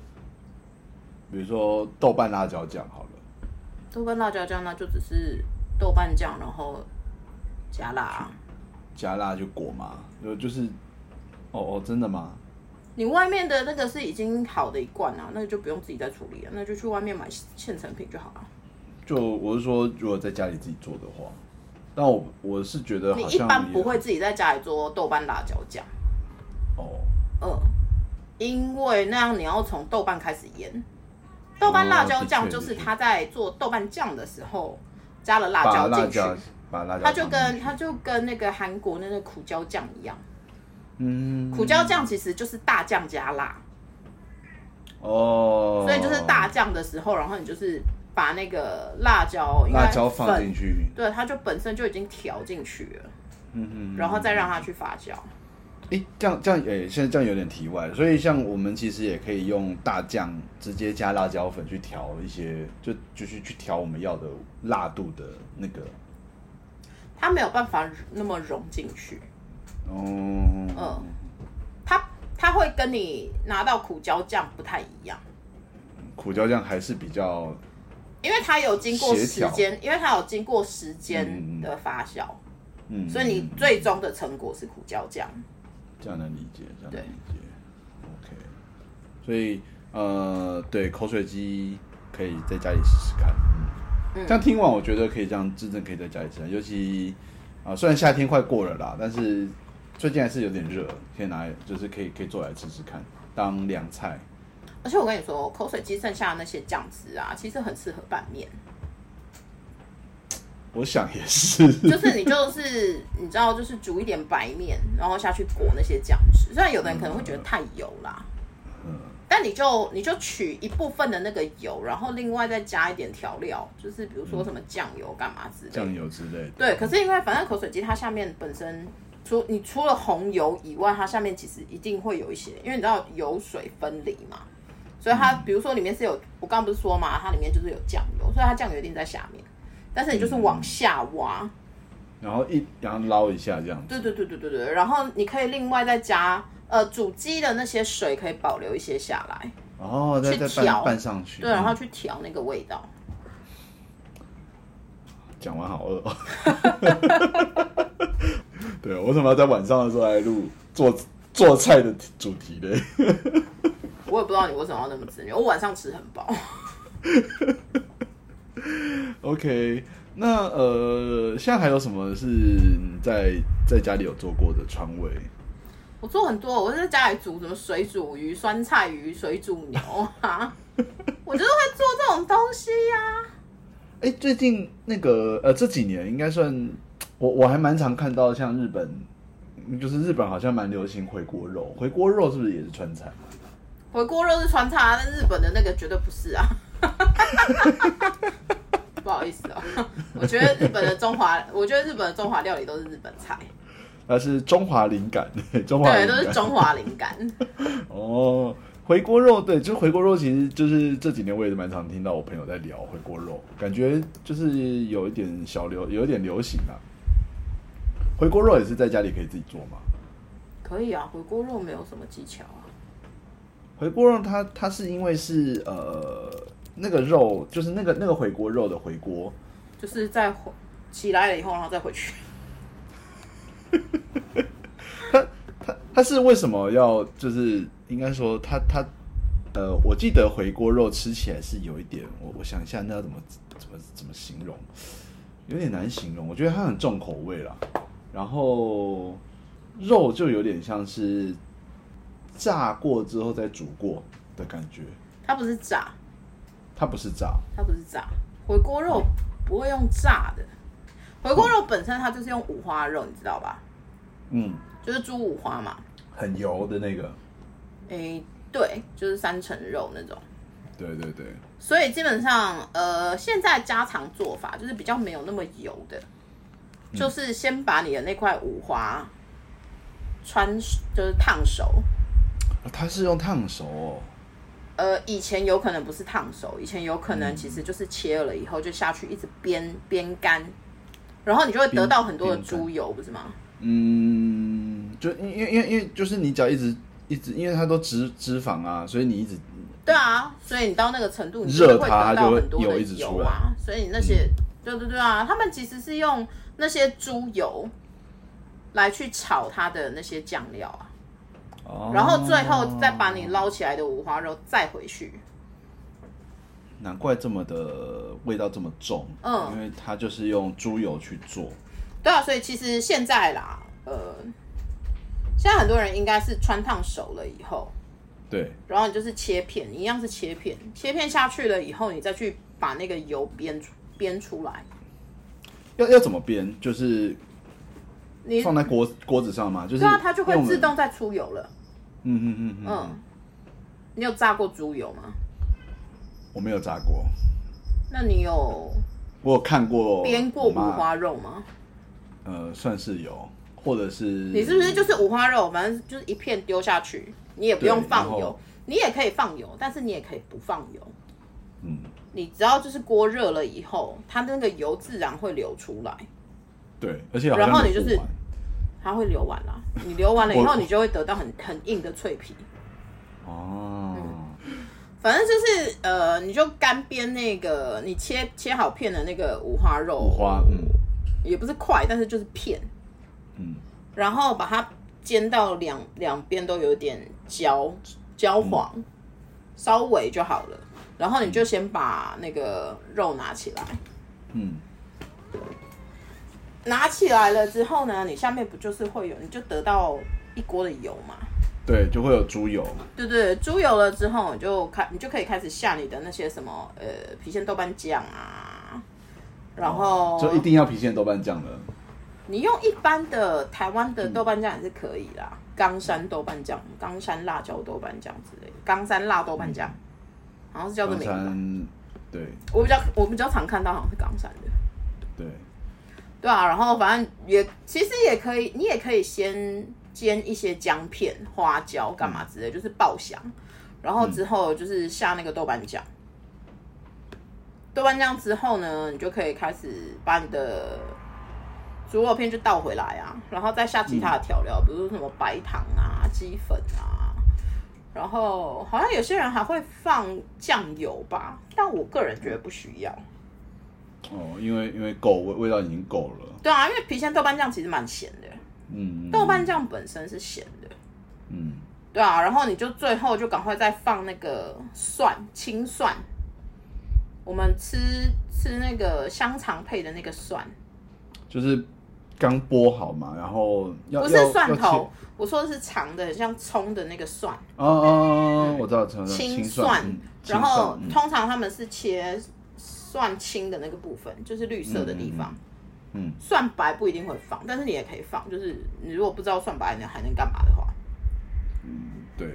比如说豆瓣辣椒酱好了，
豆瓣辣椒酱那就只是豆瓣酱，然后加辣啊。
加辣就裹嘛，就就是，哦哦，真的吗？
你外面的那个是已经好的一罐啊，那就不用自己再处理了，那就去外面买现成品就好了。
就我是说，如果在家里自己做的话，但我我是觉得
你
好像
一般
也
不会自己在家里做豆瓣辣椒酱，
哦，
嗯，因为那样你要从豆瓣开始腌。豆瓣辣椒酱
哦哦的确
就是
的确
它在做豆瓣酱的时候加了辣
把
椒
辣
进去，
椒把辣椒
它就
放进
跟
去
它就跟那个韩国那个苦椒酱一样，
嗯
苦椒酱其实就是大酱加辣，
哦，
所以就是大酱的时候，然后你就是把那个辣椒应该
辣椒放进
去，
去，
对，它就本身就已经调进去了，
嗯嗯，
然后再让它去发酵。
诶，这样这样诶，现在这样有点题外，所以像我们其实也可以用大酱直接加辣椒粉去调一些，就就是去调我们要的辣度的那个，
它没有办法那么融进去，
哦，
嗯，它它会跟你拿到苦椒酱不太一样，
苦椒酱还是比较
因为它有经过
协
时
调
间，因为它有经过
嗯
时
嗯
间
嗯
的发酵，
嗯，
所以你最终的成果是苦椒酱。
这样能理解，这样
对
能理解，OK，所以呃，对，口水鸡可以在家里试试看，嗯，这样听完我觉得可以这样，真正可以在家里试看，尤其啊、虽然夏天快过了啦，但是最近还是有点热，可以拿来就是可以可以做来吃吃看，当凉菜，
而且我跟你说，口水鸡剩下的那些酱汁啊，其实很适合拌面。
我想也是，
就是你就是你知道，就是煮一点白面，然后下去裹那些酱汁。虽然有的人可能会觉得太油啦，但你就你就取一部分的那个油，然后另外再加一点调料，就是比如说什么酱油干嘛之类
酱
的。
油之类的，
对，可是因为反正口水鸡它下面本身除你除了红油以外，它下面其实一定会有一些，因为你知道油水分离嘛，所以它比如说里面是有，我刚刚不是说嘛，它里面就是有酱油，所以它酱油一定在下面，但是你就是往下挖。
然后一然后捞一下这样子，
对对对对对对，然后你可以另外再加，呃，煮鸡的那些水可以保留一些下来，
然后哦再
去
再
调
拌拌上去，
对，然后去调那个味道。
讲完好饿 哦。对，我为什么要在晚上的时候来录做做菜的主题嘞？
我也不知道你为什么要那么执拗。我晚上吃很饱，
OK，那呃，现在还有什么是你在在家里有做过的川味？
我做很多，我在家里煮什么水煮鱼、酸菜鱼、水煮牛啊， 我就是会做这种东西呀、
哎、最近那个呃，这几年应该算我我还蛮常看到，像日本，嗯就是日本好像蛮流行回锅肉，回锅肉是不是也是川菜？
回锅肉是川菜啊，但日本的那个绝对不是啊。 不好意思哦，我觉得日本的中华，我觉得日本的中华料理都是日本菜，
那是中华灵感， 对中华
对，
灵
都
感
是中华灵感。
哦。回锅肉对，就是回锅肉，其实就是这几年我也是蛮常听到我朋友在聊回锅肉，感觉就是有一点小流，有一点流行啊。回锅肉也是在家里可以自己做吗？
可以啊，回锅肉没有什么技巧啊。
回锅肉它它是因为是呃那个肉，就是那个那个回锅肉的回锅，
就是在回起来了以后，然后再回去。
它它是为什么要就是应该说它它呃，我记得回锅肉吃起来是有一点，我我想一下那要怎么怎么怎么形容，有点难形容。我觉得它很重口味啦，然后肉就有点像是炸过之后再煮过的感觉，
它不是炸，
它不是炸，
它不是炸，回锅肉不会用炸的。回锅肉本身它就是用五花肉，你知道吧？
嗯，
就是猪五花嘛。
很油的那个，
诶、对，就是三层肉那种。
对对对。
所以基本上，呃，现在家常做法就是比较没有那么油的，
嗯
就是先把你的那块五花穿，就是烫熟。
哦它是用烫熟哦，
呃，以前有可能不是烫熟，以前有可能其实就是切了以后就下去一直煸煸干，然后你就会得到很多的
煸煸干
猪油，不是吗？
嗯，就因因因为因为就是你只要一直一直，因为它都脂脂肪啊，所以你一直
对啊，所以你到那个程度，你就是会得到很
热它它就
多
会
的
油一直
油
出嗯
啊。所以你那些，对对对啊，他们其实是用那些猪油来去炒它的那些酱料啊，
哦
然后最后再把你捞起来的五花肉再回去。
难怪这么的味道这么重，
嗯
因为它就是用猪油去做，
对啊，所以其实现在啦，呃，现在很多人应该是穿烫熟了以后，
对，
然后你就是切片，一样是切片，切片下去了以后，你再去把那个油煸出煸出来。
要要怎么煸，就是
你
放在锅锅子上嘛，就是
对啊，它就会
用了
自动，再出油了。
嗯嗯嗯嗯，
嗯，你有炸过猪油吗？
我没有炸过，
那你有
我有看过
煸过
我
五
妈，嗯
花肉吗？
呃，算是有，或者是
你
你
是不是就是五花肉，反正就是一片丢下去，你也不
对
用放
然后
油，你也可以放油，但是你也可以不放油。
嗯，
你只要就是锅热了以后，它那个油自然会流出来，
对，而且好像
然后
有
你就
不
是
完
它会流完啦。你流完了以后，
我
你就会得到很很硬的脆皮。
哦。
嗯反正就是呃，你就干煸那个你切切好片的那个五花肉，
五花，嗯
也不是块，但是就是片，
嗯，
然后把它煎到两两边都有点焦焦黄，
嗯
稍微就好了。然后你就先把那个肉拿起来，
嗯，
拿起来了之后呢，你下面不就是会有，你就得到一锅的油嘛。
对，就会有猪油，
对对，对猪油了之后，你就开，你就可以开始下你的那些什么呃郫县豆瓣酱啊，然后
哦就一定要郫县豆瓣酱的。
你用一般的台湾
嗯
的豆瓣酱也是可以啦，冈山豆瓣酱、冈山辣椒豆瓣酱之类的，冈山辣豆瓣酱，好像是叫这
嗯冈
名字。
山，对
我比较我比较常看到好像是冈山的，
对，
对啊，然后反正也其实也可以，你也可以先煎一些姜片、花椒干嘛之类，就是爆香，然后之后就是下那个豆瓣酱。豆瓣酱之后呢，你就可以开始把你的猪肉片就倒回来啊，然后再下其他的调料，比如说什么白糖啊、鸡粉啊，然后好像有些人还会放酱油吧，但我个人觉得不需要。
哦，因为因为够味味道已经够了，
对啊，因为郫县豆瓣酱其实蛮咸的，
嗯，嗯
豆瓣，酱本身是咸的，
嗯，
对啊，然后你就最后就赶快再放那个蒜，青蒜，我们吃吃那个香肠配的那个蒜，
就是刚剥好嘛，然后要
不
要
是蒜
要切
头，我说的是长的，很像葱的那个蒜，
哦哦哦哦，我知道，知道
青
蒜，嗯
然后
青蒜
通常他们是切蒜青的那个部分，就是绿色的地方。
嗯嗯嗯嗯
蒜白不一定会放，但是你也可以放。就是你如果不知道蒜白你还能干嘛的话，
嗯对，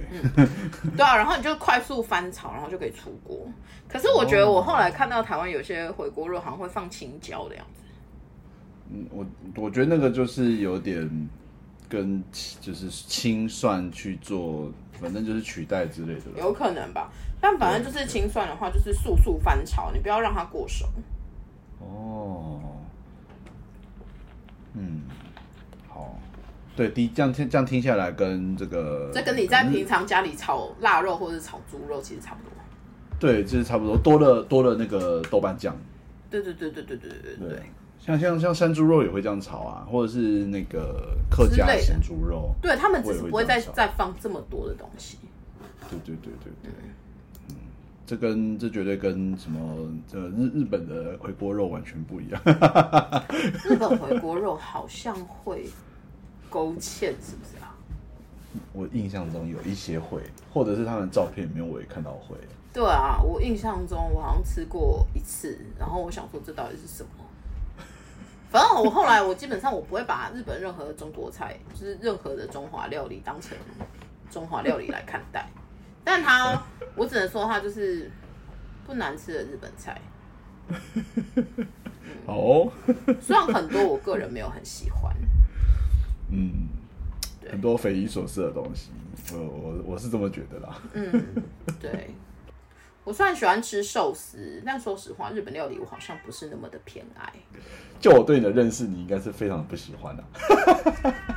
对啊，然后你就快速翻炒，然后就可以出锅。可是我觉得我后来看到台湾有些回锅肉好像会放青椒的样子，
嗯，我我觉得那个就是有点跟就是青蒜去做，反正就是取代之类的啦。
有可能吧。但反正就是青蒜的话，就是速速翻炒，你不要让它过熟。
哦，嗯，好，对，第这样听这样听下来，跟这个
这跟你在平常家里炒腊肉或者炒猪肉其实差不多。
对，就是差不多，多了多了那个豆瓣酱，
对对对对对对对对对。
像像像山猪肉也会这样炒啊，或者是那个客
之
家
类的
咸猪肉，
对他们只
我
是
也会
不会
这样
再
想
再放这么多的东西。
对对对对对，嗯，这跟这绝对跟什么这日日本的回锅肉完全不一样。
日本回锅肉好像会勾芡，是不是啊？
我印象中有一些会，或者是他们照片里面我也看到会。
对啊，我印象中我好像吃过一次，然后我想说这到底是什么？反正我后来我基本上我不会把日本任何的中国菜，就是任何的中华料理当成中华料理来看待，但它我只能说它就是不难吃的日本菜，
好哦，
虽然很多我个人没有很喜欢。
嗯，
对
很多匪夷所思的东西，我我我是这么觉得啦。
嗯，对。我虽然喜欢吃寿司，但说实话，日本料理我好像不是那么的偏爱。
就我对你的认识，你应该是非常不喜欢的、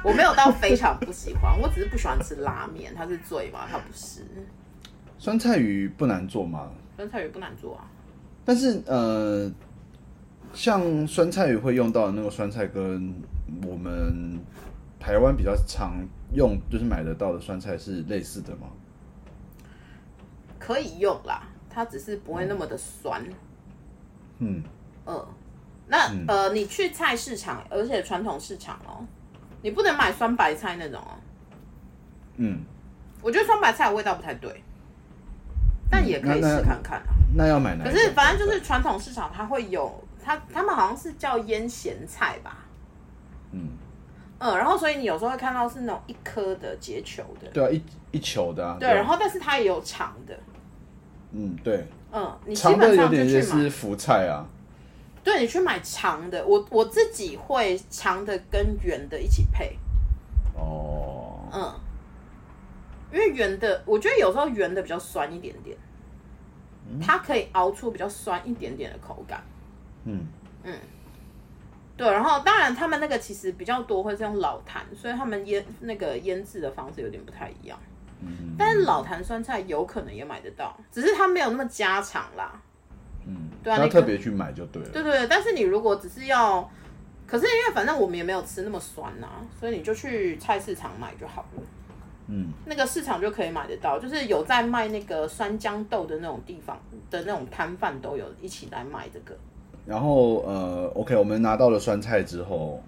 我没有到非常不喜欢，我只是不喜欢吃拉面。它是醉吗？它不是。
酸菜鱼不难做吗？
酸菜鱼不难做啊。
但是呃，像酸菜鱼会用到的那个酸菜，跟我们台湾比较常用，就是买得到的酸菜是类似的吗？
可以用啦，它只是不会那么的酸。
嗯，
嗯，那、呃，你去菜市场，而且传统市场哦，你不能买酸白菜那种哦。
嗯，
我觉得酸白菜的味道不太对，但也可以
嗯那那
试看看啊。
嗯那要买哪一
可
种？
是反正就是传统市场，它会有它他们好像是叫腌咸菜吧，
嗯，
嗯，然后所以你有时候会看到是那种一颗的结球的，
对啊，一一球的啊。
对，然后但是它也有长的，
嗯，对，
嗯，你基
长的
本
有
上就
点类
去
似
买，
福菜啊。
对你去买长的，我我自己会长的跟圆的一起配，
哦，
嗯，因为圆的我觉得有时候圆的比较酸一点点，它可以熬出比较酸一点点的口感。
嗯，
对，然后当然他们那个其实比较多会是用老坛，所以他们腌那个腌制的方式有点不太一样。
嗯
但是老坛酸菜有可能也买得到，只是它没有那么家常啦。
嗯，
对啊
要
那
特
个
别去买就对了。
对对对，但是你如果只是要，可是因为反正我们也没有吃那么酸呐、所以你就去菜市场买就好了。
嗯，
那个市场就可以买得到，就是有在卖那个酸豇豆的那种地方的那种摊贩都有一起来卖这个。
然后呃，OK，我们拿到了酸菜之后，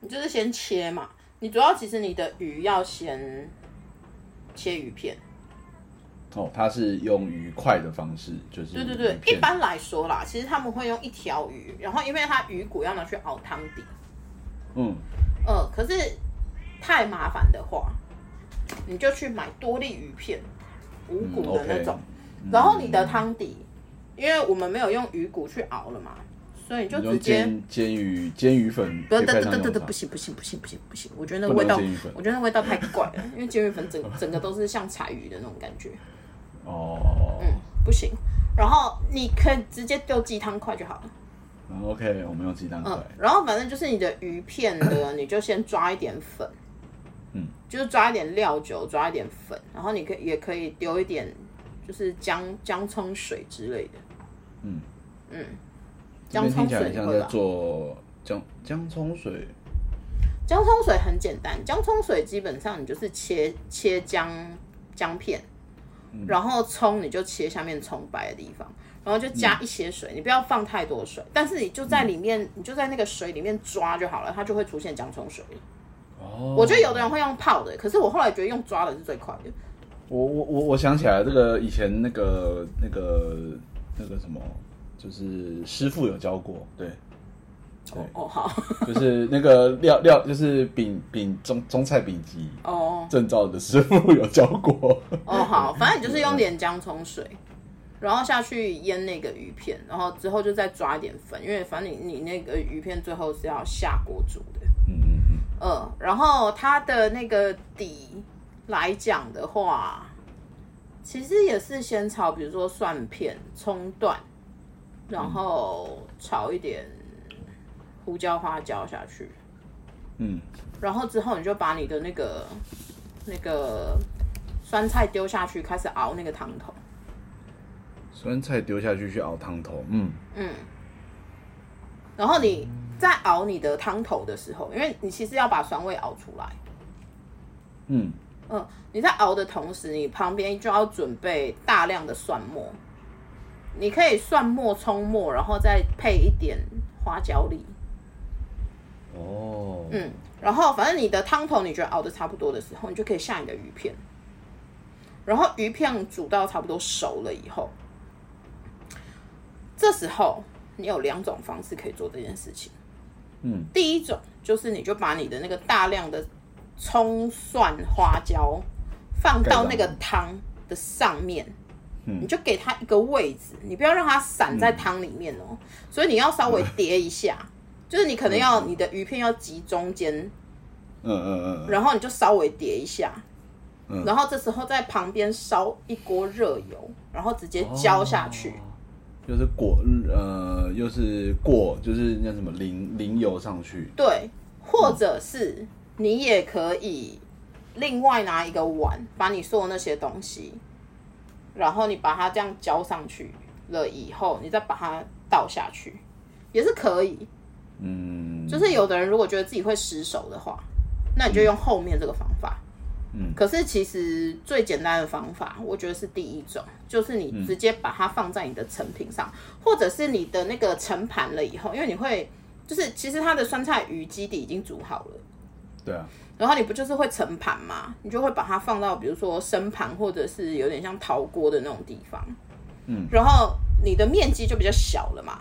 你就是先切嘛，你主要其实你的鱼要先切鱼片。
哦，它是用鱼块的方式，就是
对
嗯
对
鱼
对，
片
一般来说啦，其实他们会用一条鱼，然后因为它鱼骨要拿去熬汤底，
嗯
呃，可是太麻烦的话，你就去买多粒鱼片，无
嗯
骨的那种，
嗯
然后你的汤底，因为我们没有用鱼骨去熬了嘛，所以你就
你
直
用
接。
煎煎鱼煎鱼粉可
不要，
以
等
派
等
上用
等等等，
场
不行不行不行不行不行！我觉得那
不能
味道
煎鱼粉，
我觉得那味道太怪了，因为煎鱼粉整整个都是像柴鱼的那种感觉，
哦。
嗯，不行。然后你可以直接丢鸡汤块就好了。
然后 OK，我们用鸡蛋块
嗯，，然后反正就是你的鱼 片的，你就先抓一点粉，
嗯，
就是抓一点料酒，抓一点粉，然后你可以也可以丢一点就是姜姜葱水之类的，
嗯
嗯，
这
姜
边听
葱
起来
水
很
你
像
会
在
吧？
做姜姜葱水，
姜葱水很简单，姜葱水基本上你就是切切姜姜片，
嗯
然后葱你就切下面葱白的地方，然后就加一些水，你不要放太多水，但是你就在里
嗯
面，你就在那个水里面抓就好了，它就会出现姜葱水。
哦
我觉得有的人会用泡的，可是我后来觉得用抓的是最快的。
我我我我想起来，这个以前那个那个那个什么，就是师傅有教过，对，
哦哦好
就是那个料料，就是饼饼中中菜饼级
哦
证照的师傅有教过，
哦好，反正你就是用点姜葱水，然后下去腌那个鱼片，然后之后就再抓一点粉，因为反正你你那个鱼片最后是要下锅煮的。
嗯嗯嗯，
嗯，然后它的那个底来讲的话，其实也是先炒，比如说蒜片、葱段，然后炒一点胡椒、花椒下去，
嗯，
然后之后你就把你的那个那个酸菜丢下去，开始熬那个汤头。
酸菜丢下去去熬汤头，嗯，
嗯，然后你在熬你的汤头的时候，因为你其实要把酸味熬出来。
嗯，
嗯，你在熬的同时，你旁边就要准备大量的蒜末，你可以蒜末、葱末，然后再配一点花椒粒。
哦，
嗯，然后反正你的汤头你觉得熬的差不多的时候，你就可以下你的鱼片，然后鱼片煮到差不多熟了以后，这时候你有两种方式可以做这件事情。
嗯，
第一种就是你就把你的那个大量的葱、蒜、花椒放到那个汤的上面。
嗯
你就给它一个位置，你不要让它散在汤里面哦、所以你要稍微叠一下，就是你可能要你的鱼片要集中间，
嗯嗯嗯嗯，
然后你就稍微叠一下，
嗯
然后这时候在旁边烧一锅热油，然后直接浇下去。
哦就是裹呃，又是过，就是那什么淋淋油上去，
对，或者是你也可以另外拿一个碗，把你说的那些东西，然后你把它这样浇上去了以后，你再把它倒下去，也是可以。
嗯，
就是有的人如果觉得自己会失手的话，那你就用后面这个方法。
嗯
可是其实最简单的方法，我觉得是第一种，就是你
嗯
直接把它放在你的成品上，或者是你的那个盛盘了以后，因为你会就是其实它的酸菜鱼基底已经煮好了，
对啊，
然后你不就是会盛盘嘛，你就会把它放到比如说生盘或者是有点像陶锅的那种地方，
嗯，
然后你的面积就比较小了嘛。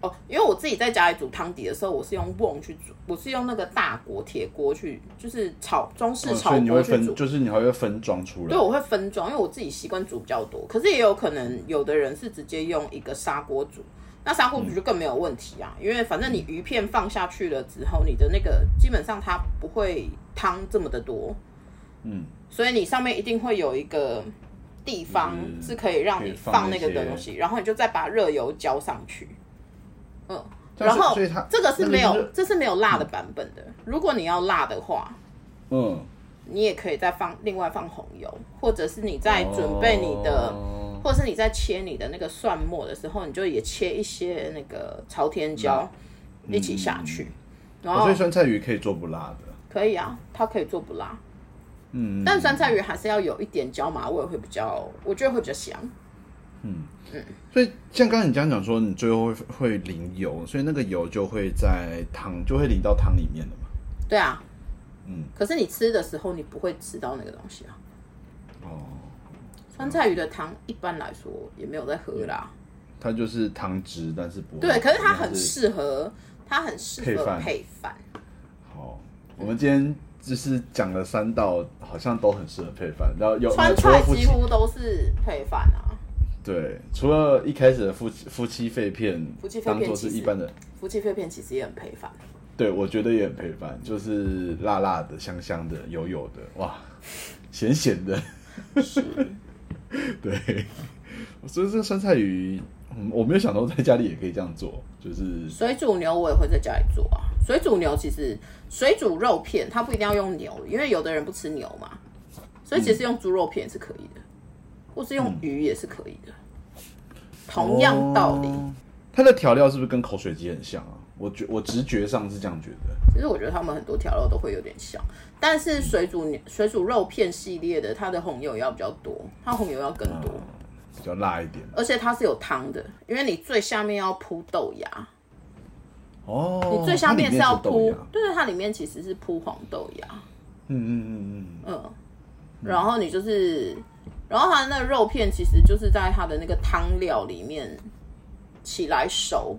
哦，因为我自己在家里煮汤底的时候，我是用瓮去煮，我是用那个大锅铁锅去，就是炒中式
哦
炒
所以你
锅
会
去
分，
煮。
就是你还会分装出来，
对，我会分装，因为我自己习惯煮比较多，可是也有可能有的人是直接用一个砂锅煮，那砂锅煮就更没有问题啊，因为反正你鱼片放下去了之后，你的那个基本上它不会汤这么的多，
嗯，
所以你上面一定会有一个地方
就是
是可以让
可以
你
放
放
那
那个
些
东西，然后你就再把热油浇上去，嗯。
但
然
是
后
所以它
这个是
那
没有
就是，
这是没有辣的版本的。如果你要辣的话，
嗯，
你也可以再放另外放红油，或者是你在准备你的，
哦
或者是你在切你的那个蒜末的时候，你就也切一些那个朝天椒、嗯一起下去，然
哦
后
所以酸菜鱼可以做不辣的，
可以啊，它可以做不辣，
嗯，
但酸菜鱼还是要有一点椒麻味会比较，我觉得会比较香。
所以像刚才你这样讲说，你最后会会淋油，所以那个油就会在汤，就会淋到汤里面的嘛。
对啊，
嗯，
可是你吃的时候你不会吃到那个东西啊。
哦，
酸菜鱼的汤一般来说也没有在喝啦，
它就是汤汁，但是不会
对，可是它很
嗯是
适合，它很适
配
合
饭
配饭。
好。我们今天就是讲了三道，好像都很适合配饭，然后有
川
除了
菜
夫
几
妻
乎都是配饭啊，
对，除了一开始的夫妻夫妻肺片，
夫妻肺片
当做是
其实
一般的，
夫妻肺片其实也很配饭。
对我觉得也很配饭，就是辣辣的、香香的、油油的，哇，咸咸的。
是，
对，所以这个酸菜鱼，嗯我没有想到在家里也可以这样做，就是
水煮牛我也会在家里做啊。水煮牛其实水煮肉片，它不一定要用牛，因为有的人不吃牛嘛，
嗯
所以其实用猪肉片也是可以的，或是用鱼也是可以的。同样道理。
哦它的调料是不是跟口水鸡很像啊？我觉我直觉上是这样觉得。
其实我觉得他们很多调料都会有点像，但是水煮牛水煮肉片系列的，它的红油要比较多，它红油要更多，
嗯比较辣一点
而且它是有汤的，因为你最下面要铺豆芽，
哦。
你最下
它里
面
面
是要
豆
铺
芽，
对，它里面其实是铺黄豆芽，
嗯嗯嗯嗯
嗯，然后你就是，然后它的那个肉片其实就是在它的那个汤料里面起来熟，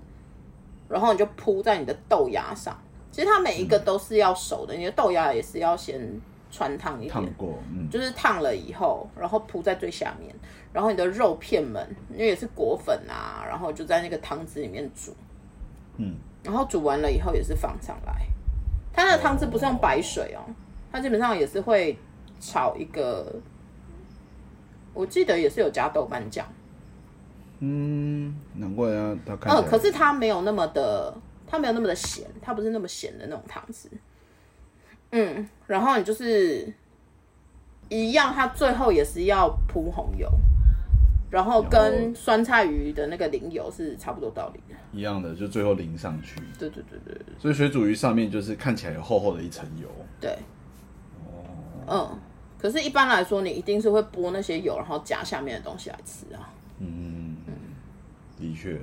然后你就铺在你的豆芽上。其实它每一个都是要熟的，你的豆芽也是要先穿烫一
嗯，烫
点，
过，嗯，
就是烫了以后，然后铺在最下面，然后你的肉片们，因为也是裹粉啊，然后就在那个汤汁里面煮，
嗯，
然后煮完了以后也是放上来。它那个汤汁不是用白水哦，它基本上也是会炒一个，我记得也是有加豆瓣酱，
嗯，难怪啊，他看起
嗯，
来
可是它没有那么的，它没有那么的咸，它不是那么咸的那种汤汁。嗯，然后你就是一样，它最后也是要铺红油，然后
然
跟
后
酸菜鱼的那个淋油是差不多道理的。
一样的，就最后淋上去。
对对对对对
所以水煮鱼上面就是看起来有厚厚的一层油，
对。
哦
嗯，可是一般来说，你一定是会拨那些油，然后夹下面的东西来吃啊。
嗯，的确。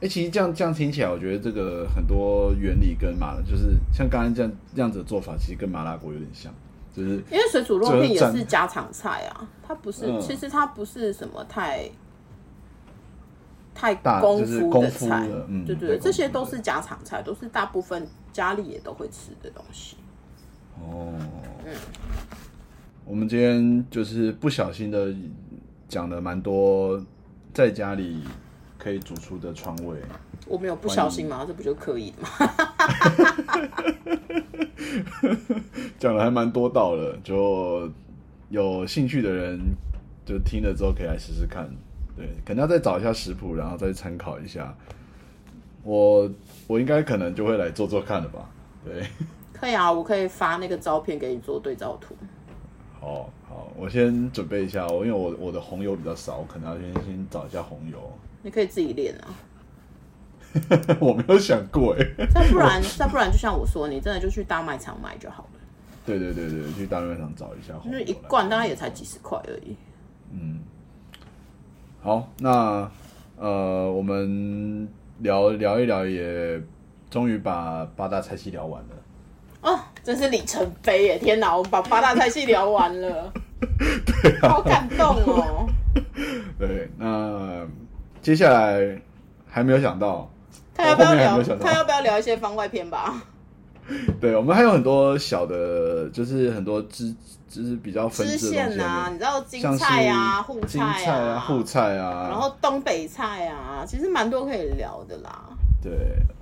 哎、其实这样这样听起来，我觉得这个很多原理跟麻辣，就是像刚刚这样这样子的做法，其实跟麻辣锅有点像，就是
因为水煮肉片也
这
是
是
家常菜啊，它不是，
嗯
其实它不是什么太太
大
功
就是
夫
功
的
夫
菜，
的嗯
对对
太
对，
功
这些
夫
都
的
是家常菜，都是大部分家里也都会吃的东西。
哦，我们今天就是不小心的讲了蛮多在家里可以煮出的川味，
我没有不小心吗？这不就刻意的吗？
讲了还蛮多道了，就有兴趣的人就听了之后可以来试试看，对，可能要再找一下食谱，然后再参考一下。我我应该可能就会来做做看了吧，对，
可以啊，我可以发那个照片给你做对照图。
好好，我先准备一下，我因为我我的红油比较少，我可能要先先找一下红油，
你可以自己练啊，
我没有想过哎。
再 不然再不然，就像我说，你真的就去大卖场买就好了，
对对对对，去大卖场找一下
就
红油
是
来。
一罐大概也才几十块而已。
嗯好，那呃，我们聊聊一聊也，终于把八大菜系聊完了。
哦，真是里程碑耶！天哪，我们把八大菜系聊完 了，
啊
好感动哦。
对，那接下来还没有想到，
他要不
哦
要
我后面还没
聊
有想？到
他要不要聊一些番外篇吧？
对我们还有很多小的，就是很多支就是比较分
支
支的东
线
西还
啊，
没
你知道
有，
京
像是
菜啊、沪
京菜啊、沪菜啊，
然后东北菜啊，其实蛮多可以聊的啦。
对，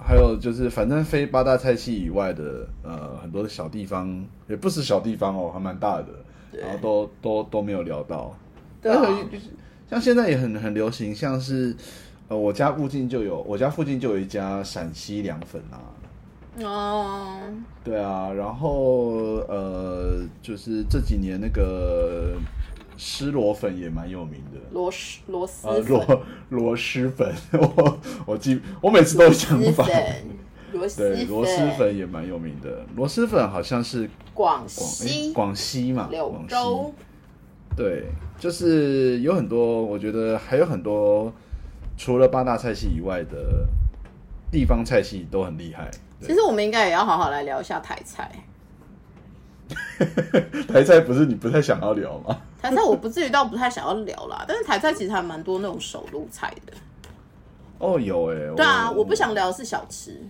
还有就是，反正非八大菜系以外的，呃，很多的小地方，也不是小地方哦，还蛮大的，
对
然后都都都没有聊到。
对啊
但是就是像现在也很很流行，像是呃，我家附近就有，我家附近就有一家陕西凉粉啊，
哦，
对啊，然后呃，就是这几年那个湿螺粉也蛮有名的。
螺丝螺丝
呃，
粉，
螺螺蛳粉， 我我记，我每次都有想
丝
法。
粉，螺丝
对，
粉，
螺蛳粉也蛮有名的。螺蛳粉好像是
广
广诶
西、
广西嘛，
柳
广西
州。
对，就是有很多，我觉得还有很多，除了八大菜系以外的地方菜系都很厉害。
其实我们应该也要好好来聊一下台菜。
台菜不是你不太想要聊吗？
台菜我不至于到不太想要聊啦， 但是台菜其实还蛮多那种手路菜的。
哦，有哎、
对啊，我不想聊的是小吃，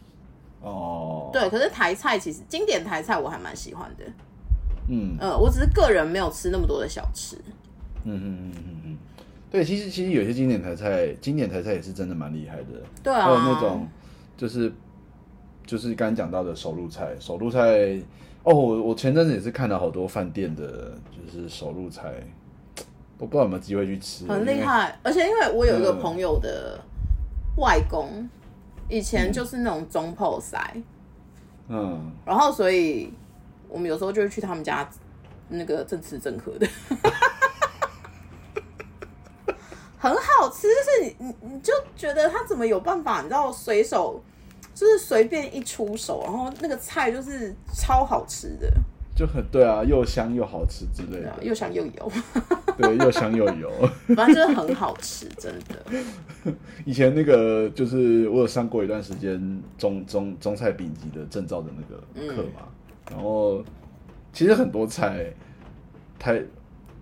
哦，，
对，可是台菜其实经典台菜我还蛮喜欢的。
嗯
呃，我只是个人没有吃那么多的小吃。
嗯嗯嗯嗯嗯，对，其实其实有些经典台菜，经典台菜也是真的蛮厉害的。
对啊，
还有哦那种就是就是刚刚讲到的手入菜，手入菜哦，我我前阵子也是看了好多饭店的，就是手入菜，我不知道有没有机会去吃，
很
因
厉
为。
害，而且因为我有一个
嗯
朋友的外公，以前就是那种中泡塞，
嗯，
然后所以我们有时候就会去他们家那个正吃正喝的， 很好吃，就是你你你就觉得他怎么有办法，你知道随手就是随便一出手，然后那个菜就是超好吃的，
就很对啊，又香又好吃之类
对啊
的，
又香又油，
对，又香又油。
反正就是很好吃，真的。
以前那个就是我有上过一段时间中中中菜丙级的证照的那个课嘛，
嗯
然后其实很多菜，台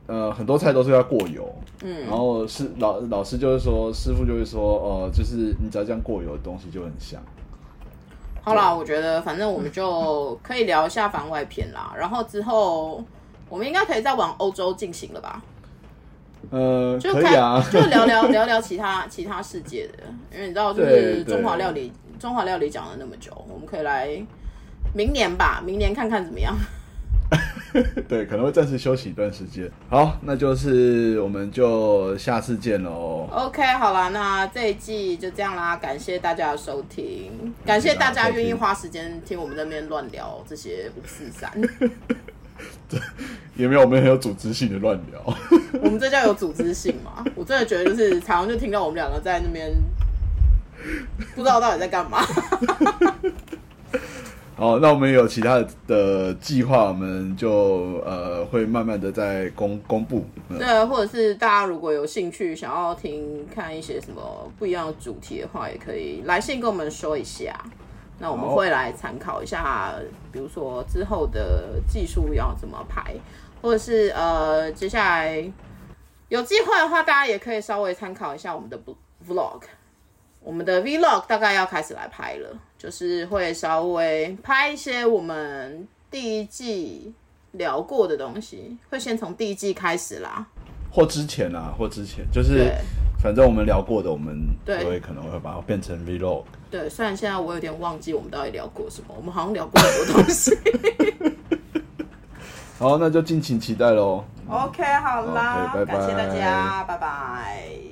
呃很多菜都是要过油，
嗯
然后是老老师就是说师傅就会说哦、呃就是你只要这样过油的东西就很香，
好啦，我觉得反正我们就可以聊一下番外篇啦，然后之后我们应该可以再往欧洲进行了吧？
呃
就
可以啊，
就聊聊聊聊其他其他世界的，因为你知道，就是
对对
中华料理，中华料理讲了那么久，我们可以来明年吧，明年看看怎么样。
对，可能会暂时休息一段时间。好，那就是我们就下次见喽。
OK，好啦，那这一季就这样啦，感谢大家的收听，感谢大家愿意花时间听我们在那边乱聊这些五四 三，
也没有，我们很有组织性的乱聊。
我们这叫有组织性嘛？我真的觉得就是常常就听到我们两个在那边不知道到底在干嘛。
好，那我们有其他的的计划，我们就呃会慢慢的再公公布。嗯
对，或者是大家如果有兴趣想要听看一些什么不一样的主题的话，也可以来信跟我们说一下。那我们
好
会来参考一下，比如说之后的技术要怎么排，或者是呃接下来有机会的话，大家也可以稍微参考一下我们的 bl- vlog。我们的 vlog 大概要开始来拍了，就是会稍微拍一些我们第一季聊过的东西，会先从第一季开始啦。
或之前啊，或之前，就是
对
反正我们聊过的，我们
对
都会可能会把它变成 vlog。
对，虽然现在我有点忘记我们到底聊过什么，我们好像聊过很多东 西。
好，那就敬请期待喽。
哦 OK，好啦
OK，拜拜
感谢大家，拜拜。